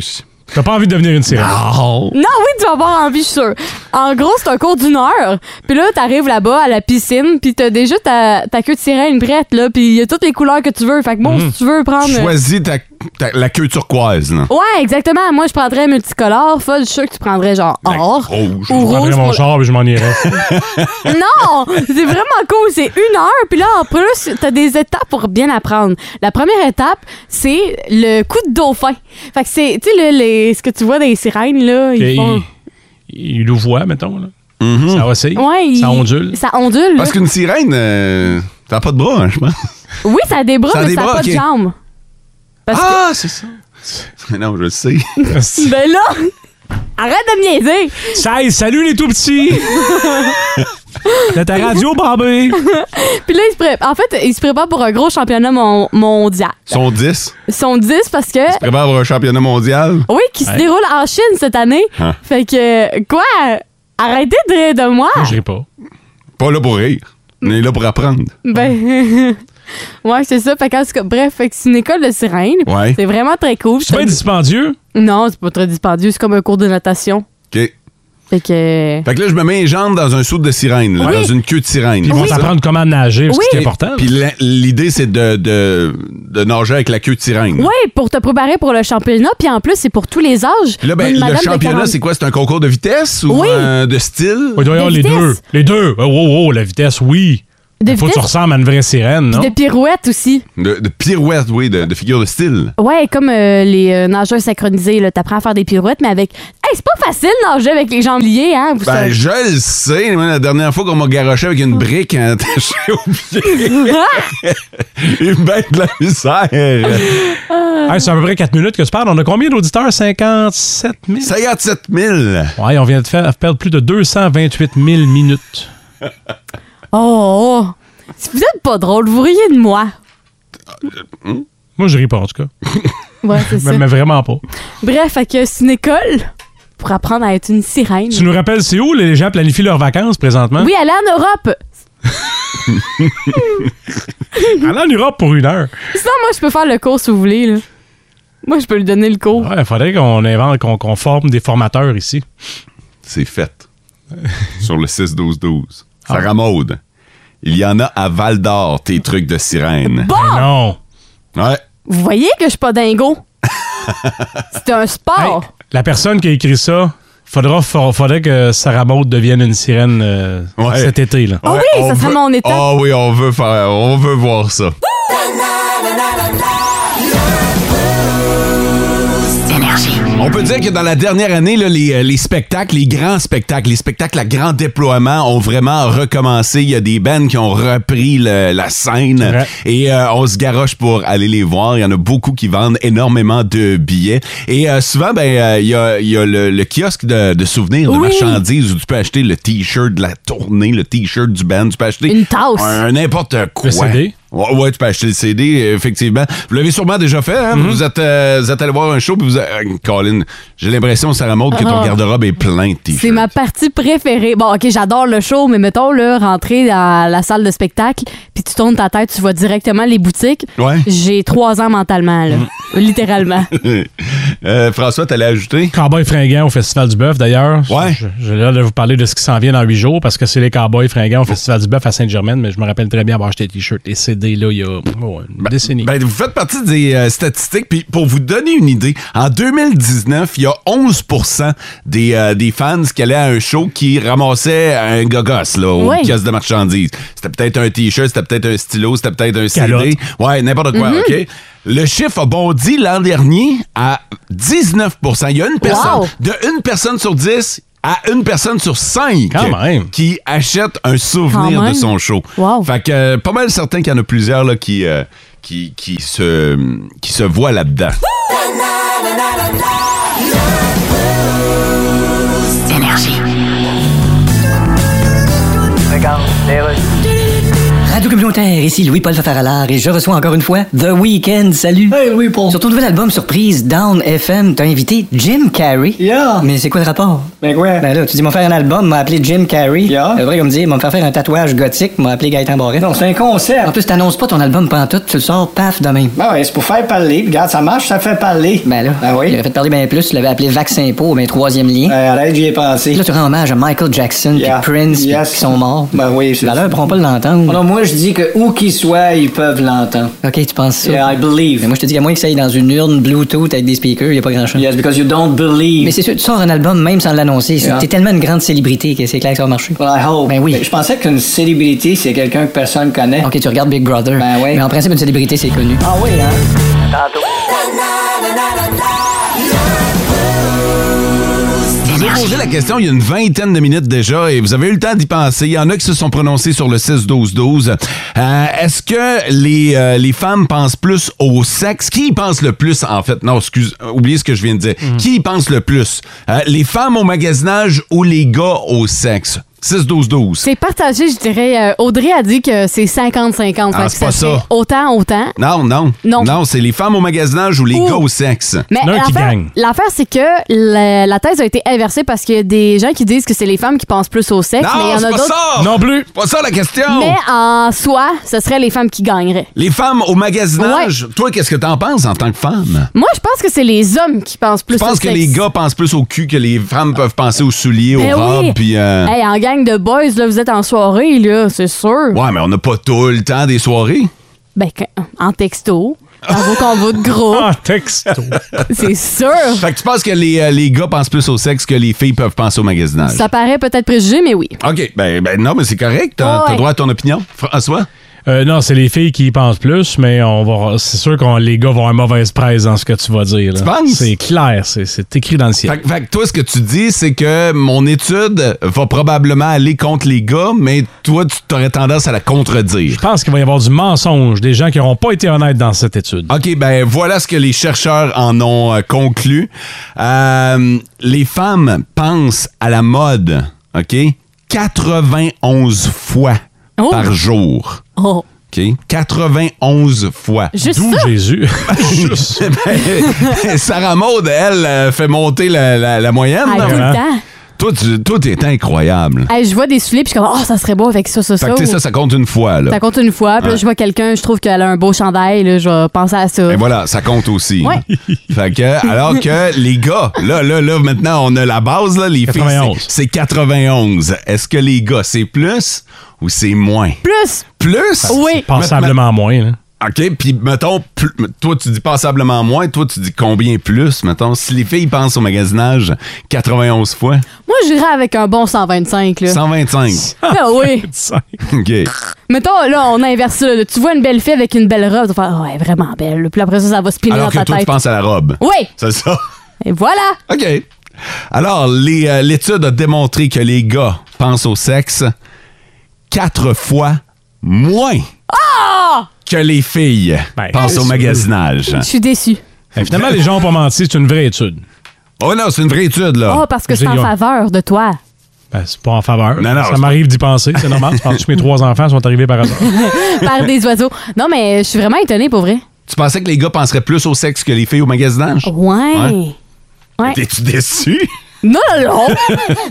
[SPEAKER 3] T'as pas envie de devenir une sirène.
[SPEAKER 4] Ah,
[SPEAKER 2] Oh!
[SPEAKER 4] Non, oui, tu vas avoir envie, je suis sûre. En gros, c'est un cours d'une heure. Puis là, t'arrives là-bas à la piscine, puis t'as déjà ta, ta queue de sirène prête, là. Puis il y a toutes les couleurs que tu veux. Fait que bon, si tu veux prendre...
[SPEAKER 2] Choisis ta, ta- la queue turquoise, là.
[SPEAKER 4] Ouais, exactement. Moi, je prendrais multicolore. Folle, je suis sûre que tu prendrais genre or.
[SPEAKER 2] rouge.
[SPEAKER 4] Ou
[SPEAKER 3] Je
[SPEAKER 4] rouge.
[SPEAKER 3] prendrais mon
[SPEAKER 4] pour-
[SPEAKER 3] char et je m'en irais.
[SPEAKER 4] Non! C'est vraiment cool. C'est une heure, puis là, en plus, t'as des étapes pour bien apprendre. La première étape, c'est le coup de dauphin. Fait que c'est, tu sais, là, les, ce que tu vois des sirènes, là,
[SPEAKER 3] Et
[SPEAKER 4] ils font... Mhm.
[SPEAKER 3] il, il nous voit, mettons. Là. Ça oscille.
[SPEAKER 4] Ouais, ils-
[SPEAKER 3] Ça ondule.
[SPEAKER 4] Ça ondule. là.
[SPEAKER 2] Parce qu'une sirène, euh, t'as pas de bras, hein, je pense.
[SPEAKER 4] Oui, ça a des bras,
[SPEAKER 2] Ça a
[SPEAKER 4] mais
[SPEAKER 2] des
[SPEAKER 4] ça n'a
[SPEAKER 2] bras,
[SPEAKER 4] pas
[SPEAKER 2] ok.
[SPEAKER 4] de jambes. Parce
[SPEAKER 2] Ah, c'est ça. Mais non, je le sais.
[SPEAKER 4] que. Ben là! Arrête de me niaiser!
[SPEAKER 3] Ça y est, salut les tout petits! De ta radio, Barbé!
[SPEAKER 4] Puis là, ils se pré- en fait, ils se préparent pour un gros championnat mon- mondial.
[SPEAKER 2] Ils sont 10.
[SPEAKER 4] Ils sont 10 parce que.
[SPEAKER 2] Prépare pour un championnat mondial.
[SPEAKER 4] Oui, qui se
[SPEAKER 3] Ouais.
[SPEAKER 4] déroule en Chine cette année.
[SPEAKER 2] Hein.
[SPEAKER 4] Fait que. Quoi? Arrêtez de, de moi!
[SPEAKER 3] Je ris pas.
[SPEAKER 2] Pas là pour rire. On est là pour apprendre.
[SPEAKER 4] Ben. ouais, c'est ça. Fait que, en tout cas, bref, fait que c'est une école de sirène.
[SPEAKER 2] Ouais.
[SPEAKER 4] C'est vraiment très cool.
[SPEAKER 3] C'est pas dispendieux.
[SPEAKER 4] Non, c'est pas très dispendieux. C'est comme un cours de natation.
[SPEAKER 2] OK.
[SPEAKER 4] Fait que.
[SPEAKER 2] Fait que là, je me mets les jambes dans un soude de sirène, là,
[SPEAKER 4] Oui.
[SPEAKER 2] dans une queue de sirène.
[SPEAKER 3] Ils vont
[SPEAKER 2] C'est ça?
[SPEAKER 3] t'apprendre comment nager, c'est
[SPEAKER 4] Oui.
[SPEAKER 3] ce qui est important.
[SPEAKER 2] Puis la- l'idée, c'est de, de, de nager avec la queue de sirène.
[SPEAKER 4] Oui, pour te préparer pour le championnat. Puis en plus, c'est pour tous les âges.
[SPEAKER 2] Puis Là, ben,
[SPEAKER 4] Une
[SPEAKER 2] le
[SPEAKER 4] madame de
[SPEAKER 2] championnat,
[SPEAKER 4] 40
[SPEAKER 2] c'est quoi? C'est un concours de vitesse ou
[SPEAKER 4] Oui.
[SPEAKER 2] euh, de style?
[SPEAKER 3] Ouais, il doit y avoir
[SPEAKER 4] de
[SPEAKER 3] Oh, les deux.
[SPEAKER 4] vitesse.
[SPEAKER 3] Les deux. Oh, oh, oh, la vitesse, oui.
[SPEAKER 4] De
[SPEAKER 3] Il faut que tu
[SPEAKER 4] vitesse.
[SPEAKER 3] ressembles à une vraie sirène, non?
[SPEAKER 4] Puis de pirouettes aussi.
[SPEAKER 2] De, de pirouette, oui, de, de figure de style.
[SPEAKER 4] Ouais, comme euh, les euh, nageurs synchronisés, là, t'apprends à faire des pirouettes, mais avec. Hey, c'est pas facile de nager avec les jambes liées, hein, vous
[SPEAKER 2] Ben,
[SPEAKER 4] savez.
[SPEAKER 2] je le sais. Moi, la dernière fois qu'on m'a garoché avec une brique attachée au pied,
[SPEAKER 4] Ah!
[SPEAKER 2] j'ai bien de la misère.
[SPEAKER 3] Hey, c'est à peu près 4 minutes que tu parles. On a combien d'auditeurs? 57 000?
[SPEAKER 2] 57 000.
[SPEAKER 3] Ouais, on vient de faire, perdre plus de 228 000 minutes.
[SPEAKER 4] Oh, oh. Si vous êtes pas drôle, vous riez de moi.
[SPEAKER 3] Moi, je ris pas, en tout cas.
[SPEAKER 4] Ouais, c'est Ah, ça.
[SPEAKER 3] Mais, mais vraiment pas.
[SPEAKER 4] Bref, fait que c'est une école pour apprendre à être une sirène.
[SPEAKER 3] Tu nous rappelles, c'est où les gens planifient leurs vacances
[SPEAKER 2] hein?
[SPEAKER 3] présentement?
[SPEAKER 4] Oui, aller en Europe.
[SPEAKER 3] Aller en Europe pour une heure.
[SPEAKER 4] Sinon, moi, je peux faire le cours si vous voulez, là. Moi, je peux lui donner le cours.
[SPEAKER 2] Ah,
[SPEAKER 3] Ouais, faudrait qu'on invente, qu'on qu'on forme des formateurs ici.
[SPEAKER 2] C'est fait. Sur le 6-12-12.
[SPEAKER 4] Ah.
[SPEAKER 2] Sarah Maude. Il y en a à Val d'Or, tes trucs de sirène.
[SPEAKER 4] Bon!
[SPEAKER 3] Mais non.
[SPEAKER 2] Ouais.
[SPEAKER 4] Bah! Vous voyez que je suis pas dingo? c'est un sport.
[SPEAKER 3] Hey, la personne qui a écrit ça, faudra, fa- faudrait que Sarah Maud devienne une sirène euh,
[SPEAKER 2] Hein? Ouais.
[SPEAKER 3] cet été. Là.
[SPEAKER 4] Ah oui,
[SPEAKER 2] on
[SPEAKER 4] ça serait
[SPEAKER 2] veut-
[SPEAKER 4] mon étape.
[SPEAKER 2] Ah oui, on veut faire, on veut voir ça. On peut dire que dans la dernière année, là, les, euh, les spectacles, les grands spectacles, les spectacles à grand déploiement ont vraiment recommencé. Il y a des bands qui ont repris le- la scène
[SPEAKER 3] vrai.
[SPEAKER 2] et euh, on se garoche pour aller les voir. Il y en a beaucoup qui vendent énormément de billets. Et euh, souvent, ben, euh, il y a- il y, a le, le kiosque de, de souvenirs, de
[SPEAKER 4] Oui.
[SPEAKER 2] marchandises où tu peux acheter le T-shirt de la tournée, le T-shirt du band. Tu peux acheter
[SPEAKER 4] Une tasse.
[SPEAKER 2] un- un n'importe
[SPEAKER 3] Le
[SPEAKER 2] quoi.
[SPEAKER 3] CD?
[SPEAKER 2] Ouais, ouais, tu peux acheter le CD, effectivement. Vous l'avez sûrement déjà fait, hein? Vous êtes, euh, vous êtes allé voir un show, puis vous avez... euh, Colin, j'ai l'impression, Sarah Maud, que ton
[SPEAKER 4] Ah.
[SPEAKER 2] garde-robe est plein de t-shirts.
[SPEAKER 4] C'est ma partie préférée. Bon, OK, j'adore le show, mais mettons, là, rentrer dans la salle de spectacle, puis tu tournes ta tête, tu vois directement les boutiques.
[SPEAKER 2] Ouais. Mm.
[SPEAKER 4] J'ai trois ans mentalement, là. Littéralement.
[SPEAKER 2] Euh, François, t'allais ajouter?
[SPEAKER 3] Cowboys fringants au Festival du Bœuf, d'ailleurs.
[SPEAKER 2] Ouais.
[SPEAKER 3] Je- J'ai l'air de vous parler de ce qui s'en vient dans huit jours parce que c'est les Cowboys
[SPEAKER 2] Oh.
[SPEAKER 3] fringants au Festival du Bœuf à Sainte-Germaine, mais je me rappelle très bien avoir acheté des t-shirts et CD là il y a oh, une décennie.
[SPEAKER 2] Ben, vous faites partie des euh, statistiques. Puis pour vous donner une idée, en 2019, il y a 11 des, euh, des fans qui allaient à un show qui ramassaient un gogos là, au
[SPEAKER 4] Ouais.
[SPEAKER 2] kiosque de marchandises. C'était peut-être un T-shirt, c'était peut-être un stylo, c'était peut-être un
[SPEAKER 3] Calotte. Mm-hmm.
[SPEAKER 2] CD. Ouais, n'importe quoi, OK? Le chiffre a bondi l'an dernier à 19 Il y a une personne,
[SPEAKER 4] Wow.
[SPEAKER 2] de une personne sur 10 à une personne sur 5
[SPEAKER 3] Quand même.
[SPEAKER 2] qui achète un souvenir
[SPEAKER 4] Quand
[SPEAKER 2] de
[SPEAKER 4] même.
[SPEAKER 2] son show.
[SPEAKER 4] Wow.
[SPEAKER 2] Fait que euh, pas mal certain qu'il y en a plusieurs là, qui, euh, qui, qui, se, qui se voient là-dedans.
[SPEAKER 6] Radio Communautaire, ici Louis-Paul Fafaralard et je reçois encore une fois The Weeknd, salut!
[SPEAKER 7] Hey, oui, Paul.
[SPEAKER 6] Sur ton nouvel album surprise, Down FM, t'as invité Jim Carrey.
[SPEAKER 7] Yeah.
[SPEAKER 6] Mais c'est quoi le rapport?
[SPEAKER 7] Ben quoi?
[SPEAKER 6] Ben là, tu dis, m'en faire un album, m'a appelé Jim Carrey.
[SPEAKER 7] Yeah.
[SPEAKER 6] Le vrai, comme dire, m'en faire faire un tatouage gothique, m'a appelé Gaëtan Barret.
[SPEAKER 7] Ben, Non, c'est un
[SPEAKER 6] En
[SPEAKER 7] concert.
[SPEAKER 6] plus, t'annonces pas ton album pantoute, tu le sors paf demain.
[SPEAKER 7] Ben ouais, c'est pour faire parler. Regarde, ça marche, ça fait parler.
[SPEAKER 6] Ben là,
[SPEAKER 7] Ben
[SPEAKER 6] il
[SPEAKER 7] oui.
[SPEAKER 6] aurait fait parler bien plus, tu l'avais appelé Vaccin Po, ben troisième lien.
[SPEAKER 7] Ben, arrête, j'y ai pensé.
[SPEAKER 6] Et Là, tu rends hommage à Michael Jackson, puis
[SPEAKER 7] Yeah.
[SPEAKER 6] Prince, puis
[SPEAKER 7] Yes.
[SPEAKER 6] qui sont morts.
[SPEAKER 7] Ben oui, c'est Oh
[SPEAKER 6] Ben là, ils pourront pas l'entendre.
[SPEAKER 7] Non, moi, je dis que où qu'ils soient, ils peuvent l'entendre.
[SPEAKER 6] Ok, tu penses ça?
[SPEAKER 7] Yeah, I believe.
[SPEAKER 6] Mais moi, je te dis qu'à moins que ça aille dans une urne Bluetooth avec des speakers, y a pas grand-chose.
[SPEAKER 7] Yes, because you don't believe.
[SPEAKER 6] Mais c'est sûr, tu sors un album même sans l'annoncer.
[SPEAKER 7] Yeah.
[SPEAKER 6] T'es tellement une grande célébrité que c'est clair que ça va marcher.
[SPEAKER 7] Well, I hope.
[SPEAKER 6] Ben oui.
[SPEAKER 7] Mais Je pensais qu'une célébrité, c'est quelqu'un que personne connaît.
[SPEAKER 6] Ok, tu regardes Big Brother.
[SPEAKER 7] Ben oui.
[SPEAKER 6] Mais en principe, une célébrité, c'est connu.
[SPEAKER 7] Ah oui, hein?
[SPEAKER 2] Vous avez posé la question il y a une vingtaine de minutes déjà et vous avez eu le temps d'y penser. Il y en a qui se sont prononcés sur le 6-12-12. Euh, Est-ce que les, euh, les femmes pensent plus au sexe? Qui y pense le plus, en fait? Non, excuse, euh, oubliez ce que je viens de dire. Qui y pense le plus? Euh, les femmes au magasinage ou les gars au sexe? 6-12-12.
[SPEAKER 4] C'est partagé, je dirais. Euh, Audrey a dit que c'est 50-50.
[SPEAKER 2] Ah,
[SPEAKER 4] fait que
[SPEAKER 2] c'est pas ça.
[SPEAKER 4] fait Autant, autant.
[SPEAKER 2] Non, non.
[SPEAKER 4] Non.
[SPEAKER 2] Non, c'est les femmes au magasinage ou les
[SPEAKER 4] Ou-
[SPEAKER 2] gars au sexe.
[SPEAKER 4] Mais
[SPEAKER 3] L'un qui
[SPEAKER 4] l'affaire-
[SPEAKER 3] gagne.
[SPEAKER 4] l'affaire, c'est que la, la thèse a été inversée parce qu'il y a des gens qui disent que c'est les femmes qui pensent plus au sexe, mais il y
[SPEAKER 2] Non,
[SPEAKER 4] en
[SPEAKER 2] c'est
[SPEAKER 4] a
[SPEAKER 2] pas
[SPEAKER 4] d'autres.
[SPEAKER 2] ça!
[SPEAKER 3] Non plus.
[SPEAKER 2] C'est pas ça la question!
[SPEAKER 4] Mais en soi, ce serait les femmes qui gagneraient.
[SPEAKER 2] Les femmes au magasinage, toi, qu'est-ce que t'en penses en tant que femme?
[SPEAKER 4] Moi, je pense que c'est les hommes qui pensent plus
[SPEAKER 2] Je
[SPEAKER 4] au
[SPEAKER 2] pense
[SPEAKER 4] sexe.
[SPEAKER 2] que les gars pensent plus au cul que les femmes peuvent penser aux souliers, aux
[SPEAKER 4] Ben oui.
[SPEAKER 2] robes, puis... euh,
[SPEAKER 4] Hey, en gang de boys, là, vous êtes en soirée, là, c'est sûr.
[SPEAKER 2] Ouais, mais on n'a pas tout le temps des soirées.
[SPEAKER 4] Ben, que- en texto, dans vos combos de groupe,
[SPEAKER 3] Ah, texto.
[SPEAKER 4] c'est sûr.
[SPEAKER 2] Fait que tu penses que les, euh, les gars pensent plus au sexe que les filles peuvent penser au magasinage?
[SPEAKER 4] Ça paraît peut-être préjugé, mais oui.
[SPEAKER 2] OK, ben, ben non, mais c'est correct. T'as
[SPEAKER 4] Ouais.
[SPEAKER 2] t'as droit à ton opinion, François?
[SPEAKER 3] Euh, non, c'est les filles qui y pensent plus, mais on va, c'est sûr que les gars vont avoir une mauvaise presse dans ce que tu vas dire. là.
[SPEAKER 2] Tu penses?
[SPEAKER 3] C'est clair, c'est, c'est écrit dans le ciel.
[SPEAKER 2] Fait, que- fait que toi, ce que tu dis, c'est que mon étude va probablement aller contre les gars, mais toi, tu aurais tendance à la contredire.
[SPEAKER 3] Je pense qu'il va y avoir du mensonge, des gens qui n'auront pas été honnêtes dans cette étude.
[SPEAKER 2] OK, ben voilà ce que les chercheurs en ont euh, conclu. Euh, les femmes pensent à la mode, OK, 91 fois
[SPEAKER 4] Oh.
[SPEAKER 2] par jour.
[SPEAKER 4] Oh.
[SPEAKER 2] OK? 91 fois.
[SPEAKER 4] Juste
[SPEAKER 3] D'où
[SPEAKER 4] ça.
[SPEAKER 3] Jésus?
[SPEAKER 2] Ben, Sarah Maud, elle, euh, fait monter la, la- la moyenne.
[SPEAKER 4] Hey, tout
[SPEAKER 2] non?
[SPEAKER 4] le temps.
[SPEAKER 2] Toi, tu, toi, t'es incroyable.
[SPEAKER 4] Hey, je vois des souliers, puis je suis comme, oh, ça serait beau avec ça, ça,
[SPEAKER 2] Fait
[SPEAKER 4] ça.
[SPEAKER 2] que, tu sais,
[SPEAKER 4] ou-
[SPEAKER 2] ça, ça compte une fois, là.
[SPEAKER 4] Oh. Ça compte une fois, puis là, je vois quelqu'un, je trouve qu'elle a un beau chandail, là, je vais penser à ça.
[SPEAKER 2] Et voilà, ça compte aussi.
[SPEAKER 4] Euh. Ouais.
[SPEAKER 2] Fait que, alors que les gars, là, là, là, maintenant, on a la base, là, les filles,
[SPEAKER 3] 91.
[SPEAKER 2] c'est c'est 91. Est-ce que les gars, c'est plus ou c'est moins?
[SPEAKER 4] Plus!
[SPEAKER 2] Plus?
[SPEAKER 4] Oui!
[SPEAKER 3] Passablement moins. là.
[SPEAKER 2] OK, puis mettons, plus- toi tu dis passablement moins, toi tu dis combien plus, mettons, si les filles pensent au magasinage 91 fois,
[SPEAKER 4] Moi, j'irais avec un bon 125, là.
[SPEAKER 2] 125.
[SPEAKER 4] Ah oui!
[SPEAKER 2] OK.
[SPEAKER 4] Mettons, là, on inverse ça. là. Tu vois une belle fille avec une belle robe, tu vas faire, oh, elle est vraiment belle. là. Puis après ça, ça va spinner
[SPEAKER 2] Alors
[SPEAKER 4] dans
[SPEAKER 2] que
[SPEAKER 4] ta
[SPEAKER 2] toi tu
[SPEAKER 4] tête.
[SPEAKER 2] penses à la robe.
[SPEAKER 4] Oui!
[SPEAKER 2] C'est ça.
[SPEAKER 4] Et voilà!
[SPEAKER 2] OK. Alors, les, euh, l'étude a démontré que les gars pensent au sexe quatre fois moins que les filles
[SPEAKER 3] Ben,
[SPEAKER 2] pensent au
[SPEAKER 3] c'est-
[SPEAKER 2] magasinage.
[SPEAKER 4] Je suis déçue.
[SPEAKER 3] Fait que finalement, les gens n'ont pas menti, c'est une vraie étude.
[SPEAKER 2] Oh non, c'est une vraie étude, là.
[SPEAKER 4] Oh, parce que c'est en
[SPEAKER 3] Génial.
[SPEAKER 4] faveur de toi.
[SPEAKER 3] Ben, c'est pas en faveur.
[SPEAKER 2] Non, non,
[SPEAKER 3] ça
[SPEAKER 2] c'est-
[SPEAKER 3] m'arrive d'y penser, c'est normal. Je pense que mes trois enfants sont arrivés par hasard.
[SPEAKER 4] Par des oiseaux. Non, mais je suis vraiment étonnée, pour vrai.
[SPEAKER 2] Tu pensais que les gars penseraient plus au sexe que les filles au magasinage?
[SPEAKER 4] Ouais.
[SPEAKER 2] T'es-tu déçu?
[SPEAKER 4] Non, non, non.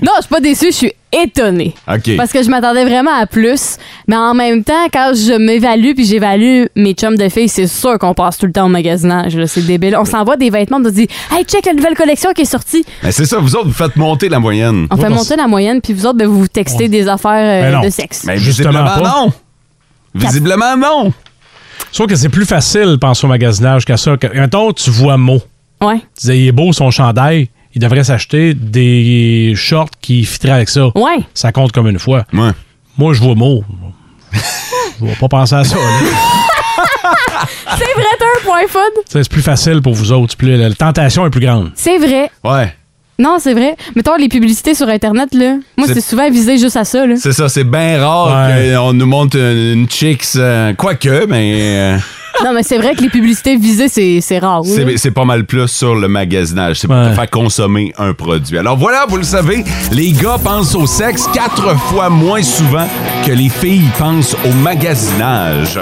[SPEAKER 4] non, je suis pas déçue, je suis étonnée.
[SPEAKER 2] OK.
[SPEAKER 4] Parce que je m'attendais vraiment à plus. Mais en même temps, quand je m'évalue puis j'évalue mes chums de filles, c'est sûr qu'on passe tout le temps au magasinage. là. C'est débile. On s'envoie des vêtements, on se dit Hey, check la nouvelle collection qui est sortie.
[SPEAKER 2] Ben, c'est ça, vous autres, vous faites monter la moyenne.
[SPEAKER 4] On fait
[SPEAKER 3] parce-
[SPEAKER 4] monter la moyenne, puis vous autres, ben, vous vous textez des affaires euh,
[SPEAKER 3] Ben non.
[SPEAKER 4] de sexe.
[SPEAKER 2] Mais
[SPEAKER 3] Justement
[SPEAKER 2] visiblement
[SPEAKER 3] pas.
[SPEAKER 2] non. Visiblement non.
[SPEAKER 3] Sauf que c'est plus facile, pense au magasinage, qu'à ça. Que- Mettons, tu vois mot.
[SPEAKER 4] Ouais.
[SPEAKER 3] Tu disais, il est beau son chandail. Il devrait s'acheter des shorts qui fitteraient avec ça.
[SPEAKER 4] Ouais.
[SPEAKER 3] Ça compte comme une fois.
[SPEAKER 2] Ouais.
[SPEAKER 3] Moi, je vois mot. Je vais pas penser à ça. là.
[SPEAKER 4] C'est vrai, t'as un point food.
[SPEAKER 3] Tu sais, C'est plus facile pour vous autres. C'est Plus, la tentation est plus grande.
[SPEAKER 4] C'est vrai.
[SPEAKER 2] Ouais.
[SPEAKER 4] Non, c'est vrai. Mettons les publicités sur Internet, là. Moi,
[SPEAKER 2] C'est-
[SPEAKER 4] c'est souvent visé juste à ça, là.
[SPEAKER 2] C'est ça, c'est bien rare
[SPEAKER 3] Ouais.
[SPEAKER 2] qu'on nous montre une, une chicks, euh, quoique, mais euh,
[SPEAKER 4] Non, mais c'est vrai que les publicités visées, c'est, c'est rare. oui.
[SPEAKER 2] c'est- c'est pas mal plus sur le magasinage. C'est pour
[SPEAKER 3] Ouais.
[SPEAKER 2] te faire consommer un produit. Alors voilà, vous le savez, les gars pensent au sexe quatre fois moins souvent que les filles pensent au magasinage.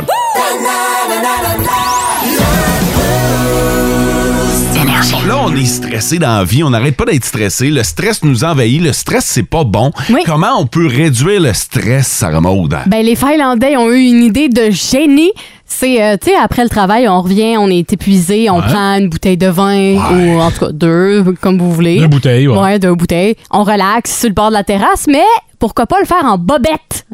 [SPEAKER 2] Là, on est stressé dans la vie. On n'arrête pas d'être stressé. Le stress nous envahit. Le stress, c'est pas bon.
[SPEAKER 4] Oui.
[SPEAKER 2] Comment on peut réduire le stress, Sarah Maud?
[SPEAKER 4] Ben, les Finlandais ont eu une idée de génie. C'est, euh, tu sais, après le travail, on revient, on est épuisé, on prend une bouteille de vin, ou en tout cas deux, comme vous voulez.
[SPEAKER 3] Deux bouteilles, ouais.
[SPEAKER 4] Ouais, deux bouteilles. On relaxe sur le bord de la terrasse, mais pourquoi pas le faire en bobette?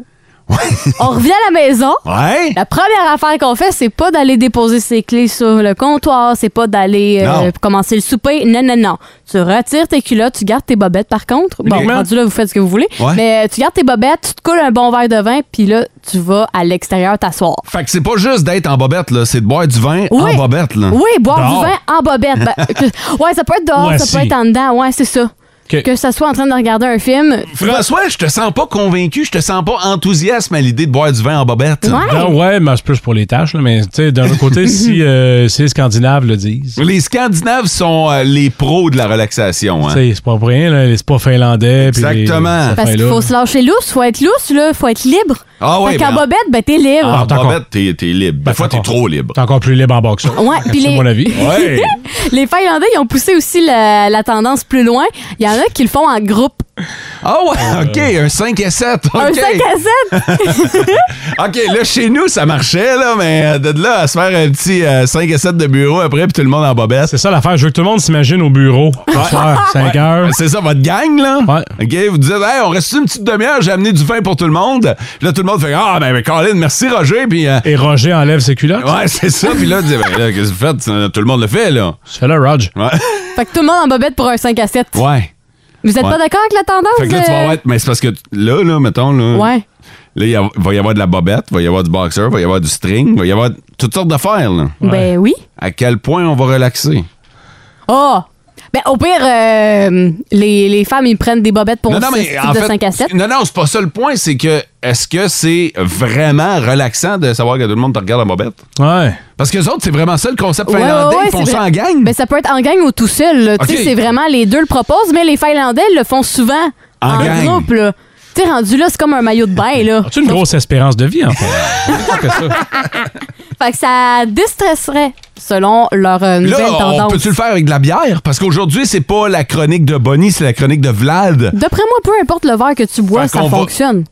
[SPEAKER 4] on revient à la maison,
[SPEAKER 2] Ouais?
[SPEAKER 4] La première affaire qu'on fait, c'est pas d'aller déposer ses clés sur le comptoir, c'est pas d'aller euh,
[SPEAKER 2] Non.
[SPEAKER 4] commencer le souper. Non, non, non. Tu retires tes culottes, tu gardes tes bobettes par contre. Bon,
[SPEAKER 2] Uniquement?
[SPEAKER 4] rendu là, vous faites ce que vous voulez.
[SPEAKER 2] Ouais.
[SPEAKER 4] Mais euh, tu gardes tes bobettes, tu te coules un bon verre de vin, puis là, tu vas à l'extérieur t'asseoir.
[SPEAKER 2] Fait que c'est pas juste d'être en bobette, là. C'est de boire du vin en bobette, là.
[SPEAKER 4] Oui, boire
[SPEAKER 3] Dehors.
[SPEAKER 4] du vin en bobette. Ben, que- ouais, ça peut être dehors,
[SPEAKER 3] Ou assis.
[SPEAKER 4] ça peut être en dedans. Ouais, c'est ça.
[SPEAKER 2] Euh.
[SPEAKER 3] OK.
[SPEAKER 4] Que ça soit en train de regarder un film.
[SPEAKER 2] François, je te sens pas convaincu, je te sens pas enthousiasme à l'idée de boire du vin en bobette.
[SPEAKER 4] Ouais.
[SPEAKER 3] Non, ouais, mais c'est plus pour les tâches. là, mais tu sais, d'un autre côté, si, euh, si les Scandinaves le disent,
[SPEAKER 2] Les Scandinaves sont euh, les pros de la relaxation.
[SPEAKER 3] tu
[SPEAKER 2] Hein?
[SPEAKER 3] sais, c'est pas pour rien. Là, les spas finlandais. puis les-
[SPEAKER 2] Exactement.
[SPEAKER 3] ces
[SPEAKER 4] Parce qu'il
[SPEAKER 3] affaires-là.
[SPEAKER 4] faut se lâcher lousse, faut être lousse, là, faut être libre.
[SPEAKER 2] Ah ouais,
[SPEAKER 4] Fait qu'en
[SPEAKER 2] ben-
[SPEAKER 4] bobette, ben t'es libre.
[SPEAKER 2] En
[SPEAKER 3] Ah, t'es encore-
[SPEAKER 2] bobette, t'es t'es libre. Des fois, t'es
[SPEAKER 3] encore-
[SPEAKER 2] trop libre.
[SPEAKER 3] Ben, T'es encore plus libre en boxe.
[SPEAKER 4] Ouais, puis
[SPEAKER 3] C'est
[SPEAKER 4] les-
[SPEAKER 3] mon avis.
[SPEAKER 2] Ouais.
[SPEAKER 4] Les Finlandais, ils ont poussé aussi la, la tendance plus loin. Il y en a qui le font en groupe.
[SPEAKER 2] Ah
[SPEAKER 3] Euh.
[SPEAKER 2] ouais, OK, un 5 à 7. OK,
[SPEAKER 4] Un 5 à 7.
[SPEAKER 2] OK, là, chez nous, ça marchait, là, mais euh, de là à se faire un petit euh, 5 à 7 de bureau après, puis tout le monde en bobette.
[SPEAKER 3] C'est ça l'affaire. Je veux que tout le monde s'imagine au bureau. Ce soir, 5 heures.
[SPEAKER 2] C'est ça, votre gang, là?
[SPEAKER 3] Ouais.
[SPEAKER 2] OK, vous dites, hey, on reste une petite demi-heure, j'ai amené du vin pour tout le monde. Puis là, tout le monde fait, ah, ben, ben, Colin, merci, Roger, puis. euh,
[SPEAKER 3] Et Roger enlève ses culottes.
[SPEAKER 2] Ouais, c'est ça. Puis là, tu dis, ben là, qu'est-ce que vous faites? Ça, Tout le monde le fait, là.
[SPEAKER 3] C'est là, Roger.
[SPEAKER 2] Ouais.
[SPEAKER 4] fait que tout le monde en bobette pour un 5 à 7.
[SPEAKER 2] Ouais.
[SPEAKER 4] Vous êtes
[SPEAKER 2] Ouais.
[SPEAKER 4] pas d'accord avec la tendance?
[SPEAKER 2] Fait que là, tu vas
[SPEAKER 4] euh?
[SPEAKER 2] avoir. Mais c'est parce que là, là, mettons, là.
[SPEAKER 4] Ouais.
[SPEAKER 2] Là, il y a- va y avoir de la bobette, va y avoir du boxer, va y avoir du string, va y avoir toutes sortes d'affaires, là.
[SPEAKER 4] Ben oui.
[SPEAKER 2] À quel point on va relaxer?
[SPEAKER 4] Oh! Ben au pire, euh, les, les femmes, ils prennent des bobettes pour ce type de 5 à 7.
[SPEAKER 2] Non, non, c'est pas ça le point, c'est que est-ce que c'est vraiment relaxant de savoir que tout le monde te regarde en bobette?
[SPEAKER 3] Ouais.
[SPEAKER 2] Parce que les autres, c'est vraiment ça le concept
[SPEAKER 4] Ouais,
[SPEAKER 2] finlandais,
[SPEAKER 4] ouais, ouais,
[SPEAKER 2] ils font
[SPEAKER 4] c'est
[SPEAKER 2] ça
[SPEAKER 4] vrai.
[SPEAKER 2] en gang.
[SPEAKER 4] Ben, ça peut être en gang ou tout seul. là. Tu
[SPEAKER 2] Ok.
[SPEAKER 4] sais, c'est vraiment les deux le proposent, mais les Finlandais le font souvent
[SPEAKER 2] En
[SPEAKER 4] en,
[SPEAKER 2] gang.
[SPEAKER 4] groupe. Là. Tu sais, rendu là, c'est comme un maillot de bain. Là.
[SPEAKER 3] As-tu une grosse espérance de vie, en fait?
[SPEAKER 4] Fait que ça déstresserait, selon leur euh, nouvelle
[SPEAKER 2] Là, on
[SPEAKER 4] tendance.
[SPEAKER 2] peut-tu le faire avec de la bière? Parce qu'aujourd'hui, c'est pas la chronique de Bonnie, c'est la chronique de Vlad.
[SPEAKER 4] D'après moi, peu importe le verre que tu bois,
[SPEAKER 2] Fait
[SPEAKER 4] ça
[SPEAKER 2] qu'on va-
[SPEAKER 4] fonctionne.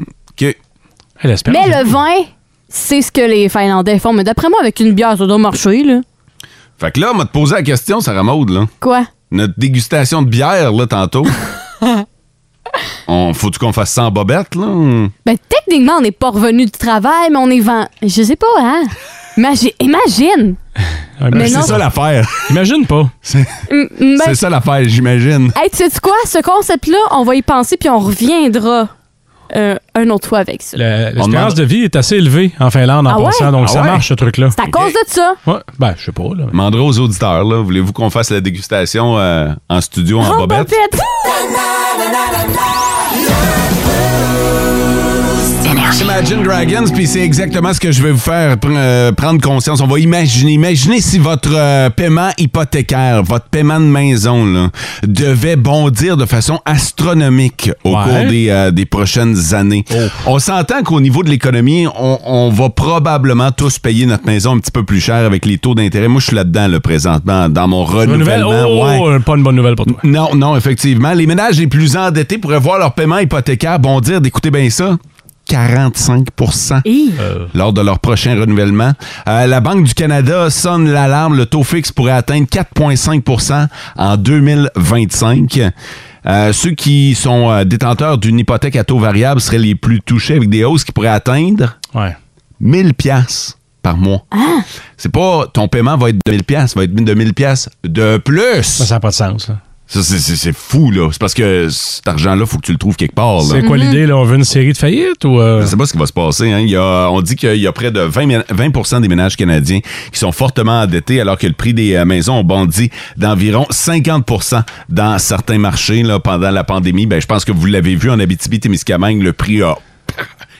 [SPEAKER 2] OK.
[SPEAKER 3] Hey, l'espérance
[SPEAKER 4] Mais
[SPEAKER 3] de-
[SPEAKER 4] le vin, c'est ce que les Finlandais font. Mais d'après moi, avec une bière, ça doit marcher, là.
[SPEAKER 2] Fait que là, on va te poser la question, Sarah Maud, là.
[SPEAKER 4] Quoi?
[SPEAKER 2] Notre dégustation de bière, là, tantôt. on, faut-tu qu'on fasse ça en bobette, là? ou-
[SPEAKER 4] Ben, techniquement, on n'est pas revenu du travail, mais on est vent. Je sais pas, hein? Imagine. Imagine!
[SPEAKER 3] Ouais, mais
[SPEAKER 4] mais
[SPEAKER 3] c'est
[SPEAKER 4] non.
[SPEAKER 2] C'est
[SPEAKER 3] ça.
[SPEAKER 2] ça l'affaire.
[SPEAKER 3] Imagine pas.
[SPEAKER 4] M- ben,
[SPEAKER 2] C'est ça l'affaire, j'imagine.
[SPEAKER 4] hey, tu sais quoi? Ce concept-là, on va y penser, puis on reviendra euh, un autre fois avec ça.
[SPEAKER 3] Le-
[SPEAKER 2] On demande-
[SPEAKER 3] L'espérance de vie est assez élevée en Finlande en
[SPEAKER 4] Ah ouais?
[SPEAKER 3] passant, donc
[SPEAKER 2] Ah
[SPEAKER 3] ça
[SPEAKER 2] ouais?
[SPEAKER 3] marche, ce truc-là.
[SPEAKER 4] C'est à cause de ça.
[SPEAKER 3] Ouais. Ben, je sais pas, là.
[SPEAKER 2] Mandera aux auditeurs, là. Voulez-vous qu'on fasse la dégustation euh, en studio, en
[SPEAKER 4] Oh,
[SPEAKER 2] bobette?
[SPEAKER 4] Bobette!
[SPEAKER 2] Imagine Dragons, puis c'est exactement ce que je vais vous faire pr- euh, prendre conscience. On va imaginer, imaginez si votre euh, paiement hypothécaire, votre paiement de maison, là, devait bondir de façon astronomique au
[SPEAKER 3] Ouais. Oh.
[SPEAKER 2] cours des, euh, des prochaines années. On s'entend qu'au niveau de l'économie, on, on va probablement tous payer notre maison un petit peu plus cher avec les taux d'intérêt. Moi, je suis là-dedans, là, présentement, dans mon
[SPEAKER 3] Bonne nouvelle?
[SPEAKER 2] renouvellement. Ouais.
[SPEAKER 3] Oh, pas une bonne nouvelle pour toi.
[SPEAKER 2] Non, non, effectivement. Les ménages les plus endettés pourraient voir leur paiement hypothécaire bondir d'écouter bien ça. 45
[SPEAKER 4] Hi.
[SPEAKER 2] Euh. lors de leur prochain renouvellement. Euh, la Banque du Canada sonne l'alarme. Le taux fixe pourrait atteindre 4,5 en 2025. Euh, ceux qui sont euh, détenteurs d'une hypothèque à taux variable seraient les plus touchés avec des hausses qui pourraient atteindre
[SPEAKER 3] Ouais.
[SPEAKER 2] 1000 pièces par mois. C'est pas ton paiement va être de 1000 pièces, va être de 1000 pièces de plus.
[SPEAKER 3] Ça, ça n'a pas de sens. là.
[SPEAKER 2] Ça, c'est- c'est c'est fou, là. C'est parce que cet argent-là, faut que tu le trouves quelque part. Là.
[SPEAKER 3] C'est
[SPEAKER 4] Mm-hmm.
[SPEAKER 3] quoi l'idée? là? On veut une série de faillites ou. euh,
[SPEAKER 2] Je sais pas ce qui va se passer. Hein. Il y a- on dit qu'il y a près de 20, mé- 20 des ménages canadiens qui sont fortement endettés alors que le prix des euh, maisons ont bondi d'environ 50 dans certains marchés là, pendant la pandémie. Ben, je pense que vous l'avez vu en Abitibi-Témiscamingue, le prix a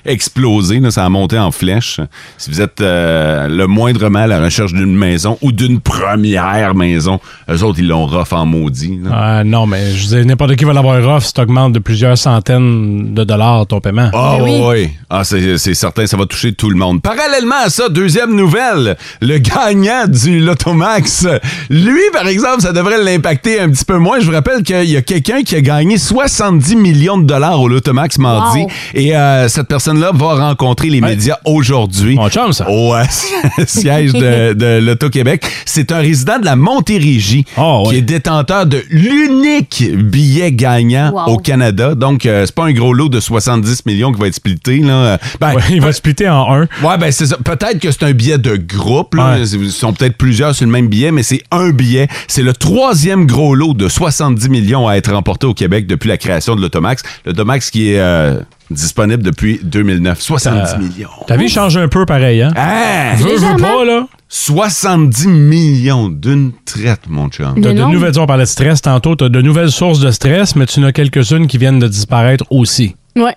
[SPEAKER 2] explosé. là. ça a monté en flèche. Si vous êtes euh, le moindrement à la recherche d'une maison ou d'une première maison, eux autres, ils l'ont rough en maudit. là.
[SPEAKER 3] euh, non, mais je veux dire, n'importe qui va l'avoir off si t'augmentes de plusieurs centaines de dollars ton paiement.
[SPEAKER 2] Ah
[SPEAKER 4] Ben
[SPEAKER 2] oui,
[SPEAKER 4] oui.
[SPEAKER 2] oui. Ah, c'est c'est certain, ça va toucher tout le monde. Parallèlement à ça, deuxième nouvelle, le gagnant du Lotomax, lui, par exemple, ça devrait l'impacter un petit peu moins. Je vous rappelle qu'il y a quelqu'un qui a gagné 70 millions de dollars au Lotomax mardi.
[SPEAKER 4] Wow.
[SPEAKER 2] Et euh, cette personne-là va rencontrer les médias aujourd'hui
[SPEAKER 3] Mon chum, ça.
[SPEAKER 2] au euh, siège de, de l'Auto-Québec. C'est un résident de la Montérégie
[SPEAKER 3] Ah, ouais.
[SPEAKER 2] qui est détenteur de l'unique billet gagnant
[SPEAKER 4] Wow.
[SPEAKER 2] au Canada. Donc, euh, c'est pas un gros lot de 70 millions qui va être splitté. Là. Euh, Ben,
[SPEAKER 3] Ouais, il va splitter en un.
[SPEAKER 2] Ouais, ben c'est ça. Peut-être que c'est un billet de groupe. Là.
[SPEAKER 3] Ouais.
[SPEAKER 2] Ils sont peut-être plusieurs sur le même billet, mais c'est un billet. C'est le troisième gros lot de 70 millions à être remporté au Québec depuis la création de l'Automax. L'Automax qui est euh, disponible depuis 2009. 70
[SPEAKER 3] Euh,
[SPEAKER 2] millions.
[SPEAKER 3] Ta vie change un peu pareil, hein?
[SPEAKER 2] Hein?
[SPEAKER 3] Veux, veux
[SPEAKER 4] Légèrement.
[SPEAKER 3] pas, là.
[SPEAKER 2] 70 millions d'une traite, mon chum.
[SPEAKER 3] T'as de
[SPEAKER 4] non.
[SPEAKER 3] nouvelles, on parlait de stress tantôt, t'as de nouvelles sources de stress, mais tu n'as quelques-unes qui viennent de disparaître aussi.
[SPEAKER 4] Ouais.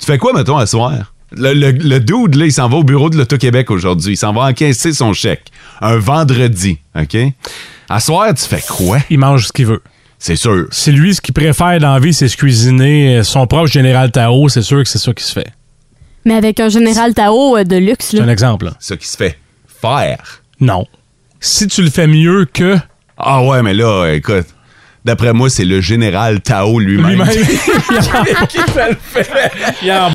[SPEAKER 2] Tu fais quoi, mettons, à soir? Le, le, le dude, là, il s'en va au bureau de l'Auto-Québec aujourd'hui. Il s'en va encaisser son chèque. Un vendredi, OK? À soir, tu fais quoi?
[SPEAKER 3] Il mange ce qu'il veut.
[SPEAKER 2] C'est sûr.
[SPEAKER 3] Si lui, ce qu'il préfère dans la vie, c'est se cuisiner euh, son propre général Tao, c'est sûr que c'est ça qui se fait.
[SPEAKER 4] Mais avec un général Tao euh, de luxe,
[SPEAKER 3] C'est un
[SPEAKER 4] là.
[SPEAKER 3] exemple, là.
[SPEAKER 2] Ce qui se fait faire.
[SPEAKER 3] Non. Si tu le fais mieux que
[SPEAKER 2] Ah ouais, mais là, écoute, d'après moi, c'est le général Tao lui-même.
[SPEAKER 3] lui-même, il en- il en-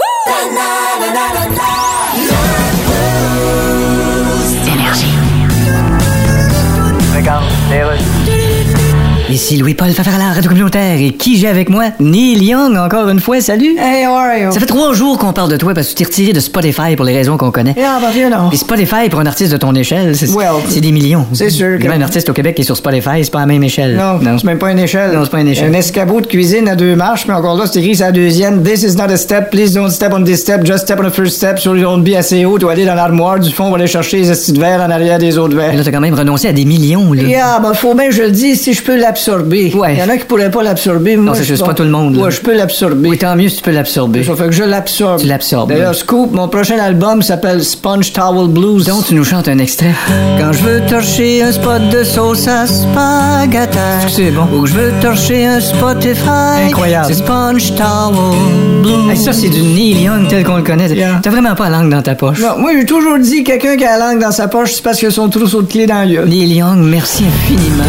[SPEAKER 6] Ici Louis-Paul Fafarala, Radio Communautaire, et qui j'ai avec moi? Neil Young, encore une fois, salut!
[SPEAKER 8] Hey, how are you?
[SPEAKER 6] Ça fait trois jours qu'on parle de toi parce que tu t'es retiré de Spotify pour les raisons qu'on connaît.
[SPEAKER 8] Yeah, but you know.
[SPEAKER 6] Puis Spotify, pour un artiste de ton échelle, c'est
[SPEAKER 8] Well,
[SPEAKER 6] c'est des millions.
[SPEAKER 8] c'est sûr que-
[SPEAKER 6] Il y a même un artiste au Québec qui est sur Spotify, c'est pas à la même échelle.
[SPEAKER 8] Non, c'est même pas une échelle.
[SPEAKER 6] Non, c'est pas une échelle.
[SPEAKER 8] Un escabeau de cuisine à deux marches, mais encore là, c'est écrit, c'est la deuxième. This is not a step. Please don't step on this step. Just step on the first step. Sur don't be assez haut. Tu vas aller dans l'armoire du fond. On va aller chercher les estis de verre en arrière des autres
[SPEAKER 6] Mais
[SPEAKER 8] verres.
[SPEAKER 6] là, t'as quand même renoncé à des millions, là.
[SPEAKER 8] Yeah, ben faut bien, je le dis, si je peux l'absorber.
[SPEAKER 6] Ouais.
[SPEAKER 8] Il y en a qui pourraient pas l'absorber. Moi,
[SPEAKER 6] c'est
[SPEAKER 8] je-
[SPEAKER 6] juste pas tout le monde, là.
[SPEAKER 8] Ouais, je peux l'absorber.
[SPEAKER 6] Oui, tant mieux si tu peux l'absorber.
[SPEAKER 8] Ça fait que je l'absorbe.
[SPEAKER 6] Tu l'absorbes.
[SPEAKER 8] D'ailleurs, Scoop, mon prochain album s'appelle Sponge Towel Blues.
[SPEAKER 6] Donc, tu nous chantes un extrait.
[SPEAKER 8] Quand je veux torcher un spot de sauce à spaghetti.
[SPEAKER 6] C'est bon.
[SPEAKER 8] Ou que je veux torcher un Spotify. Incroyable.
[SPEAKER 6] C'est Sponge Towel Blue. ça, c'est du Neil Young tel qu'on le connaît.
[SPEAKER 8] Yeah.
[SPEAKER 6] T'as vraiment pas la langue dans ta poche.
[SPEAKER 8] Non, moi, j'ai toujours dit quelqu'un qui a la langue dans sa poche, c'est parce qu'il a son trousseau de clés dans l'œil.
[SPEAKER 6] Neil Young, merci infiniment.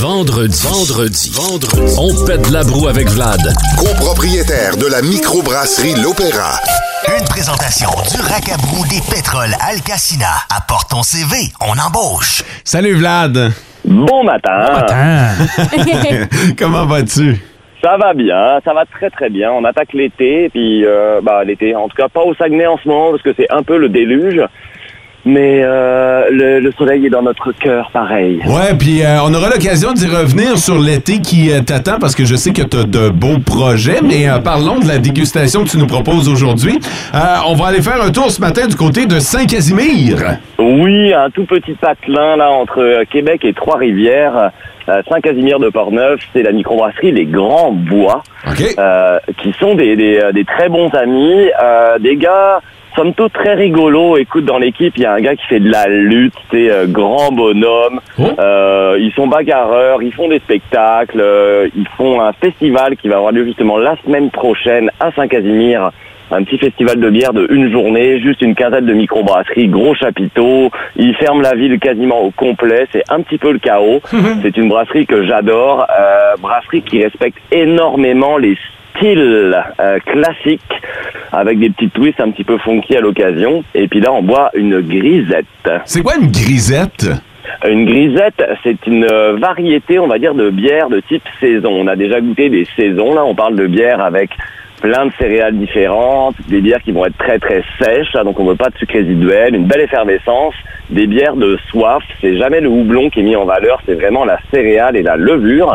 [SPEAKER 1] Vendredi, vendredi, vendredi, on pète de la broue avec Vlad.
[SPEAKER 9] Copropriétaire de la microbrasserie L'Opéra.
[SPEAKER 10] Une présentation du racabrou des pétroles Alcacina. Apporte ton CV, on embauche.
[SPEAKER 2] Salut Vlad.
[SPEAKER 11] Bon matin.
[SPEAKER 3] Attends.
[SPEAKER 2] Comment vas-tu?
[SPEAKER 11] Ça va bien, hein, ça va très très bien. On attaque l'été, puis euh, bah l'été, en tout cas pas au Saguenay en ce moment parce que c'est un peu le déluge. mais euh, le, le soleil est dans notre cœur pareil.
[SPEAKER 2] Ouais, puis euh, on aura l'occasion d'y revenir sur l'été qui euh, t'attend parce que je sais que tu as de beaux projets, mais euh, parlons de la dégustation que tu nous proposes aujourd'hui. Euh, on va aller faire un tour ce matin du côté de Saint-Casimir.
[SPEAKER 11] Oui, un tout petit patelin là entre euh, Québec et Trois-Rivières. Euh, Saint-Casimir de Portneuf, c'est la microbrasserie Les Grands Bois, euh, qui sont des, des, euh, des très bons amis, euh, des gars somme toute très rigolos. Écoute, dans l'équipe, il y a un gars qui fait de la lutte, c'est euh, grand bonhomme. Euh, ils sont bagarreurs, ils font des spectacles, euh, ils font un festival qui va avoir lieu justement la semaine prochaine à Saint-Casimir un petit festival de bière de une journée, juste une quinzaine de microbrasseries, gros chapiteaux. Ils ferment la ville quasiment au complet. C'est un petit peu le chaos. C'est une brasserie que j'adore, euh, brasserie qui respecte énormément les styles euh, classiques avec des petits twists un petit peu funky à l'occasion. Et puis là, on boit une grisette.
[SPEAKER 2] C'est quoi une grisette
[SPEAKER 11] une grisette, c'est une euh, variété, on va dire, de bière de type saison. On a déjà goûté des saisons, là, on parle de bière avec plein de céréales différentes, des bières qui vont être très très sèches, là, donc on ne veut pas de sucre résiduel, une belle effervescence, des bières de soif, c'est jamais le houblon qui est mis en valeur, c'est vraiment la céréale et la levure.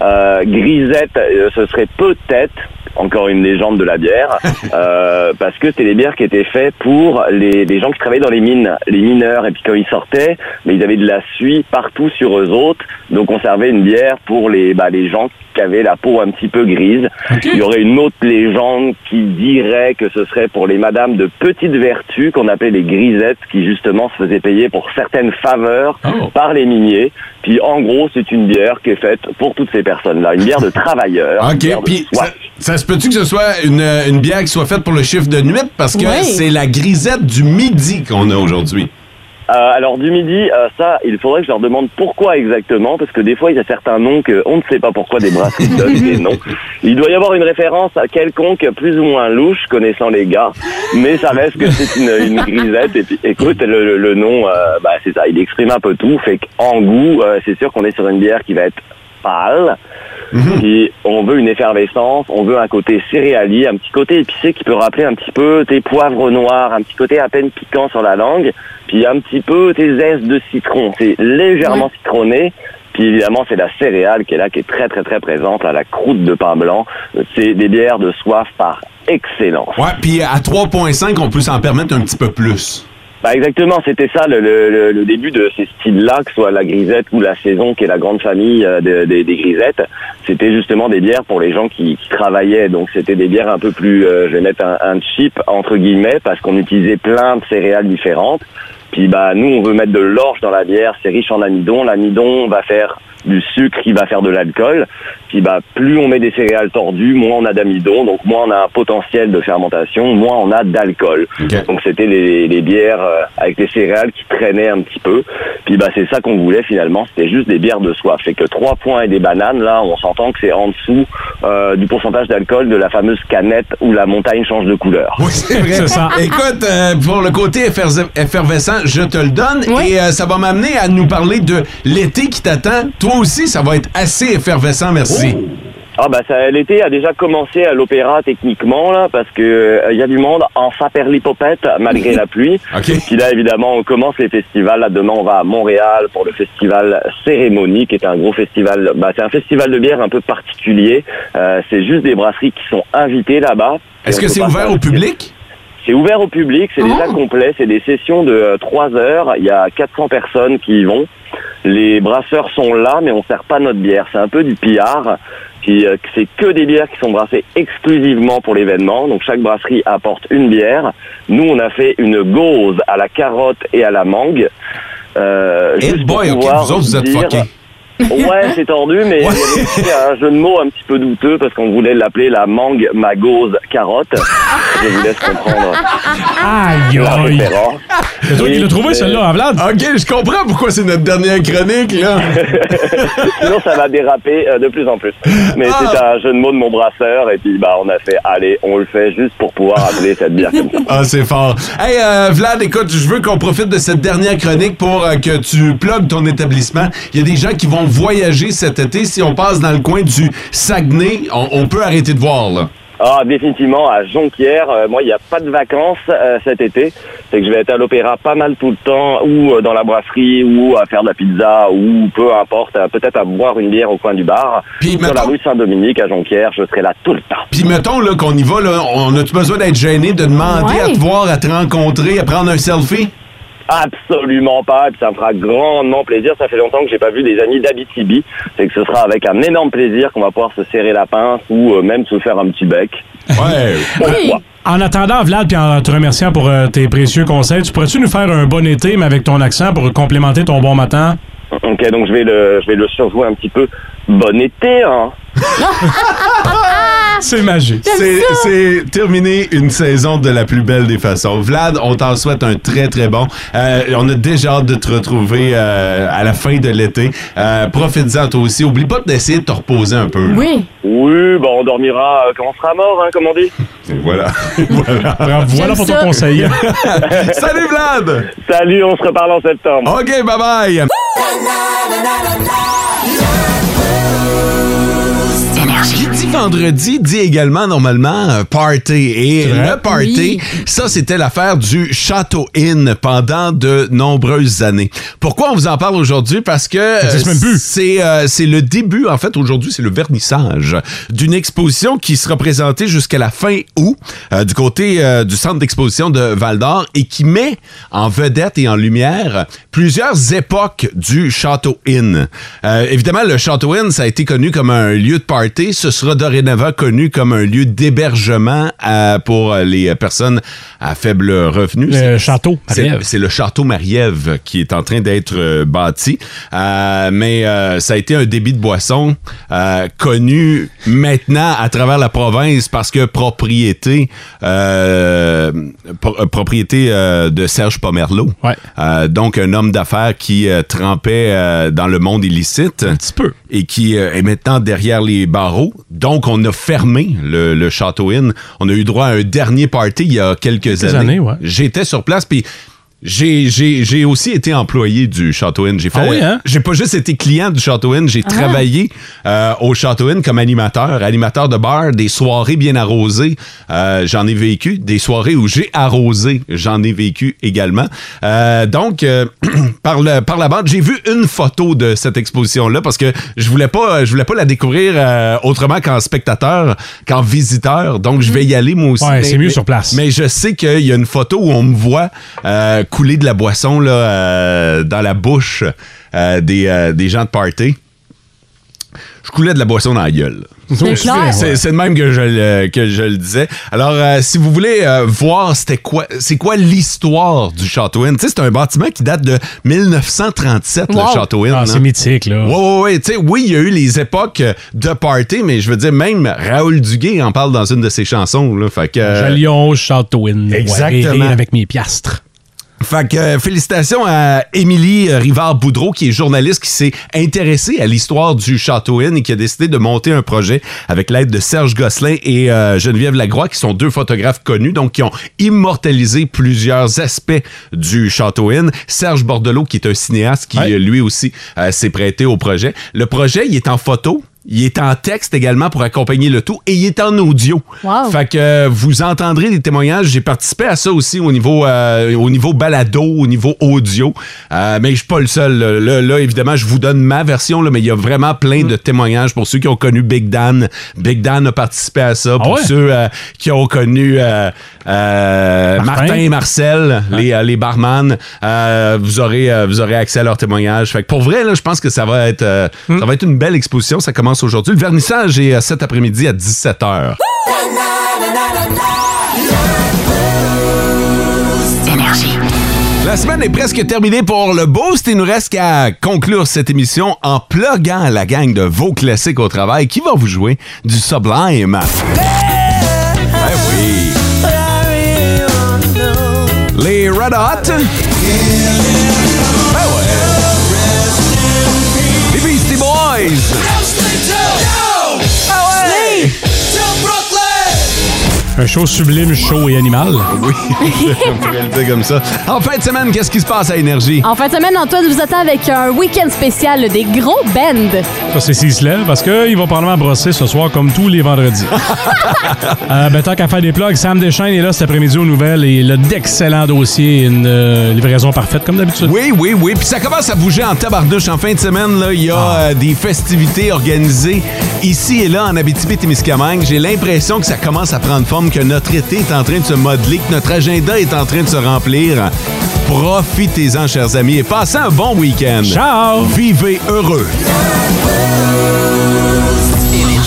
[SPEAKER 11] Euh, grisette, euh, ce serait peut-être, encore une légende de la bière, euh, parce que c'était des bières qui étaient faites pour les, les gens qui travaillaient dans les mines, les mineurs, et puis quand ils sortaient, mais ils avaient de la suie partout sur eux autres, donc on servait une bière pour les, bah, les gens qui avaient la peau un petit peu grise. Il y aurait une autre légende qui dirait que ce serait pour les madames de petite vertu, qu'on appelait les grisettes, qui justement se faisaient payer pour certaines faveurs par les miniers. Puis en gros, c'est une bière qui est faite pour toutes ces personnes-là, une bière de travailleurs. une
[SPEAKER 2] OK,
[SPEAKER 11] bière de
[SPEAKER 2] puis
[SPEAKER 11] soif.
[SPEAKER 2] ça, ça se peut-tu que ce soit une, euh, une bière qui soit faite pour le chiffre de nuit? Parce que
[SPEAKER 11] Ouais.
[SPEAKER 2] c'est la grisette du midi qu'on a aujourd'hui.
[SPEAKER 11] Euh, alors du midi, euh, ça, il faudrait que je leur demande pourquoi exactement, parce que des fois, il y a certains noms qu'on ne sait pas pourquoi des brasseries donnent des noms. Il doit y avoir une référence à quelconque plus ou moins louche, connaissant les gars, mais ça reste que c'est une, une grisette. Et puis, écoute, le, le- le nom, euh, bah, c'est ça, il exprime un peu tout, fait qu'en goût, euh, c'est sûr qu'on est sur une bière qui va être pâle. Puis on veut une effervescence, on veut un côté céréalier, un petit côté épicé qui peut rappeler un petit peu tes poivres noirs, un petit côté à peine piquant sur la langue, puis un petit peu tes zestes de citron. C'est légèrement citronné. Puis évidemment, c'est la céréale qui est là, qui est très très très présente, là, la croûte de pain blanc. C'est des bières de soif par excellence.
[SPEAKER 2] Ouais, puis à 3,5, on peut s'en permettre un petit peu plus.
[SPEAKER 11] Bah exactement, c'était ça le, le- le- le début de ces styles-là, que ce soit la grisette ou la saison, qui est la grande famille euh, de- des- des grisettes. C'était justement des bières pour les gens qui, qui travaillaient, donc c'était des bières un peu plus, euh, je vais mettre un, un cheap entre guillemets, parce qu'on utilisait plein de céréales différentes. Puis bah nous, on veut mettre de l'orge dans la bière, c'est riche en amidon. L'amidon va faire du sucre, il va faire de l'alcool. Puis bah plus on met des céréales tordues, moins on a d'amidon, donc moins on a un potentiel de fermentation, moins on a d'alcool. Donc c'était les, les bières euh, avec les céréales qui traînaient un petit peu. Puis bah c'est ça qu'on voulait finalement, c'était juste des bières de soif. Fait que trois points et des bananes là, on s'entend que c'est en dessous euh, du pourcentage d'alcool de la fameuse canette où la montagne change de couleur.
[SPEAKER 2] C'est vrai. Écoute, euh, pour le côté efferve- effervescent, je te le donne. Et euh, ça va m'amener à nous parler de l'été qui t'attend. Toi aussi, ça va être assez effervescent, merci.
[SPEAKER 11] Ah bah ça l'été a déjà commencé à l'opéra techniquement là parce que euh, il y a du monde en saperlipopette malgré la pluie. Puis là évidemment on commence les festivals. Là demain on va à Montréal pour le festival Cérémonie qui est un gros festival. Bah c'est un festival de bière un peu particulier. Euh, c'est juste des brasseries qui sont invitées là-bas.
[SPEAKER 2] Est-ce
[SPEAKER 11] Et
[SPEAKER 2] que
[SPEAKER 11] on
[SPEAKER 2] c'est
[SPEAKER 11] peut pas
[SPEAKER 2] ouvert
[SPEAKER 11] faire-
[SPEAKER 2] au public?
[SPEAKER 11] c'est ouvert au public, c'est déjà complet, c'est des sessions de euh, trois heures, il y a 400 personnes qui y vont. Les brasseurs sont là, mais on sert pas notre bière, c'est un peu du pillard. Puis euh, c'est que des bières qui sont brassées exclusivement pour l'événement, donc chaque brasserie apporte une bière. Nous, on a fait une gauze à la carotte et à la mangue. Euh, juste pour
[SPEAKER 2] Eh boy, ok,
[SPEAKER 11] pouvoir
[SPEAKER 2] vous autres, vous êtes
[SPEAKER 11] dire-
[SPEAKER 2] fuckés.
[SPEAKER 11] Ouais, c'est tordu, mais il y avait aussi un jeu de mots un petit peu douteux parce qu'on voulait l'appeler la mangue magose carotte. Je vous laisse comprendre.
[SPEAKER 3] Aïe,
[SPEAKER 11] la
[SPEAKER 3] aïe.
[SPEAKER 11] référence.
[SPEAKER 3] C'est toi qui l'as trouvé, celle-là, en Vlad.
[SPEAKER 2] OK, je comprends pourquoi c'est notre dernière chronique, là.
[SPEAKER 11] Sinon, ça va déraper euh, de plus en plus. Mais c'est un jeu de mots de mon brasseur et puis bah on a fait, allez, on le fait juste pour pouvoir appeler cette bière comme ça.
[SPEAKER 2] Ah, c'est fort. Hey, euh, Vlad, écoute, je veux qu'on profite de cette dernière chronique pour euh, que tu plugues ton établissement. Il y a des gens qui vont voyager cet été. Si on passe dans le coin du Saguenay, on, on peut arrêter de voir, là.
[SPEAKER 11] Ah, définitivement, à Jonquière, euh, moi, il n'y a pas de vacances euh, cet été. C'est que je vais être à l'opéra pas mal tout le temps, ou euh, dans la brasserie, ou à faire de la pizza, ou peu importe, euh, peut-être à boire une bière au coin du bar. ou dans la rue Saint-Dominique, à Jonquière, je serai là tout le temps.
[SPEAKER 2] Puis mettons là, qu'on y va, là, on a-tu besoin d'être gêné, de demander à te voir, à te rencontrer, à prendre un selfie?
[SPEAKER 11] Absolument pas, et puis ça me fera grandement plaisir. Ça fait longtemps que j'ai pas vu des amis d'Abitibi, c'est que ce sera avec un énorme plaisir qu'on va pouvoir se serrer la pince ou euh, même se faire un petit bec.
[SPEAKER 2] Ouais.
[SPEAKER 3] En attendant, Vlad, puis en te remerciant pour euh, tes précieux conseils, tu pourrais-tu nous faire un bon été, mais avec ton accent, pour complémenter ton bon matin?
[SPEAKER 11] Ok, donc je vais le, je vais le surjouer un petit peu. Bon été, hein.
[SPEAKER 3] C'est magique.
[SPEAKER 2] C'est c'est terminé une saison de la plus belle des façons. Vlad, on t'en souhaite un très, très bon. Euh, on a déjà hâte de te retrouver euh, à la fin de l'été. Euh, Profites-en toi aussi. Oublie pas d'essayer de te reposer un peu. là.
[SPEAKER 4] Oui.
[SPEAKER 11] Oui, bon, on dormira euh, quand on sera mort, hein, comme on dit.
[SPEAKER 2] Et voilà. voilà.
[SPEAKER 3] voilà pour ton ça. conseil.
[SPEAKER 2] Salut, Vlad!
[SPEAKER 11] Salut, on se reparle en septembre.
[SPEAKER 2] OK, bye-bye! Qui dit vendredi dit également normalement euh, party. Et le party, ça c'était l'affaire du Château Inn pendant de nombreuses années. Pourquoi on vous en parle aujourd'hui? Parce que
[SPEAKER 3] Ça se met
[SPEAKER 2] euh, c'est euh, c'est le début, en fait aujourd'hui c'est le vernissage d'une exposition qui sera présentée jusqu'à la fin août euh, du côté euh, du centre d'exposition de Val d'Or et qui met en vedette et en lumière plusieurs époques du Château Inn. Euh, évidemment, le Château Inn, ça a été connu comme un lieu de party. Ce sera dorénavant connu comme un lieu d'hébergement euh, pour les personnes à faible revenu.
[SPEAKER 3] Le château,
[SPEAKER 2] C'est
[SPEAKER 3] Marie-Ève.
[SPEAKER 2] c'est le château Marie-Ève qui est en train d'être euh, bâti. Euh, mais euh, ça a été un débit de boisson euh, connu maintenant à travers la province parce que propriété euh, pro- euh, propriété euh, de Serge Pomerleau. Euh, donc un homme d'affaires qui euh, trempait euh, dans le monde illicite. Un petit
[SPEAKER 3] peu.
[SPEAKER 2] Et qui euh, est maintenant derrière les barreaux. Donc on a fermé le, le Château Inn. On a eu droit à un dernier party il y a quelques,
[SPEAKER 3] années, ouais.
[SPEAKER 2] J'étais sur place, puis j'ai- j'ai j'ai aussi été employé du Château Inn. J'ai fait-
[SPEAKER 3] Ah oui, hein? Ah.
[SPEAKER 2] J'ai pas juste été client du Château Inn, j'ai travaillé euh, au Château Inn comme animateur, animateur de bar, des soirées bien arrosées. euh, J'en ai vécu. Des soirées où j'ai arrosé. J'en ai vécu également. Euh, donc, euh, par, le, par la bande, j'ai vu une photo de cette exposition-là parce que je voulais pas, je voulais pas la découvrir euh, autrement qu'en spectateur, qu'en visiteur. Donc, je vais
[SPEAKER 3] Hmm.
[SPEAKER 2] y aller moi aussi.
[SPEAKER 3] Ouais,
[SPEAKER 2] Mais-
[SPEAKER 3] c'est mieux
[SPEAKER 2] mais-
[SPEAKER 3] sur place.
[SPEAKER 2] mais je sais qu'il y a une photo où on me voit euh, couler de la boisson là, euh, dans la bouche euh, des, euh, des gens de party. Je coulais de la boisson dans la gueule.
[SPEAKER 3] C'est
[SPEAKER 4] Ah
[SPEAKER 3] clair.
[SPEAKER 2] C'est c'est de même que je, le, que je le disais. Alors, euh, si vous voulez euh, voir c'était quoi, c'est quoi l'histoire du Château Inn, tu sais, c'est un bâtiment qui date de 1937,
[SPEAKER 3] Wow.
[SPEAKER 2] le Château Inn.
[SPEAKER 3] Ah, c'est
[SPEAKER 2] hein.
[SPEAKER 3] mythique, là.
[SPEAKER 2] Ouais, ouais, ouais. Tu sais, oui, il y a eu les époques de party, mais je veux dire, même Raoul Duguay en parle dans une de ses chansons. Là, fait que, euh,
[SPEAKER 3] Jalion, Château Inn. Ouais,
[SPEAKER 2] Exactement.
[SPEAKER 3] rire avec mes piastres.
[SPEAKER 2] Fait que euh, félicitations à Émilie euh, Rivard-Boudreau, qui est journaliste qui s'est intéressée à l'histoire du Château Inn et qui a décidé de monter un projet avec l'aide de Serge Gosselin et euh, Geneviève Lagroix, qui sont deux photographes connus, donc qui ont immortalisé plusieurs aspects du Château Inn. Serge Bordelot, qui est un cinéaste, qui euh, lui aussi euh, s'est prêté au projet. Le projet, il est en photo. Il est en texte également pour accompagner le tout et il est en audio.
[SPEAKER 4] Wow.
[SPEAKER 2] Fait que euh, vous entendrez des témoignages. J'ai participé à ça aussi au niveau, euh, au niveau balado, au niveau audio. Euh, mais je suis pas le seul. Là, Là, là, évidemment, je vous donne ma version, là, mais il y a vraiment plein
[SPEAKER 3] Mm.
[SPEAKER 2] de témoignages pour ceux qui ont connu Big Dan. Big Dan a participé à ça. Pour
[SPEAKER 3] Ah ouais?
[SPEAKER 2] ceux euh, qui ont connu euh, euh,
[SPEAKER 3] Martin.
[SPEAKER 2] Martin. et Marcel, les, euh, les barman, euh, vous, aurez, euh, vous aurez accès à leurs témoignages. Fait que pour vrai, là, je pense que ça va, être, euh,
[SPEAKER 3] Mm.
[SPEAKER 2] ça va être une belle exposition. Ça commence aujourd'hui. Le vernissage est euh, cet après-midi à 17h. La semaine est presque terminée pour le Boost. Il nous reste qu'à conclure cette émission en pluguant la gang de vos classiques au travail qui va vous jouer du Sublime. Ben oui. Les Red Hot. Ben ouais. Les Beastie Boys. Ah ouais.
[SPEAKER 3] Un show sublime, chaud et animal.
[SPEAKER 2] Oui, on pourrait le dire comme ça. En fin de semaine, qu'est-ce qui se passe à Énergie?
[SPEAKER 4] En fin de semaine, Antoine vous attend avec un week-end spécial des gros bands.
[SPEAKER 3] Ça, c'est s'il se lève, parce qu'il va probablement brosser ce soir comme tous les vendredis. Euh, ben, tant qu'à faire des plugs, Sam Deschaines est là cet après-midi aux nouvelles et il a d'excellents dossiers et une euh, livraison parfaite comme d'habitude.
[SPEAKER 2] Oui, oui, oui. Puis ça commence à bouger en tabarnouche. En fin de semaine, là, il y a euh, des festivités organisées ici et là en Abitibi-Témiscamingue. J'ai l'impression que ça commence à prendre forme, que notre été est en train de se modeler, que notre agenda est en train de se remplir. Profitez-en, chers amis, et passez un bon week-end.
[SPEAKER 3] Ciao!
[SPEAKER 2] Vivez heureux!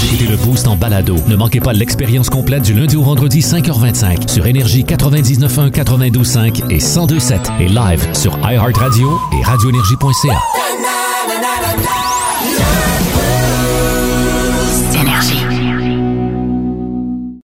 [SPEAKER 1] Écoutez le boost en balado. Ne manquez pas l'expérience complète du lundi au vendredi 5h25 sur Énergie 99.1, 92.5 et 102.7 et live sur iHeartRadio et radioénergie.ca.
[SPEAKER 12] Énergie.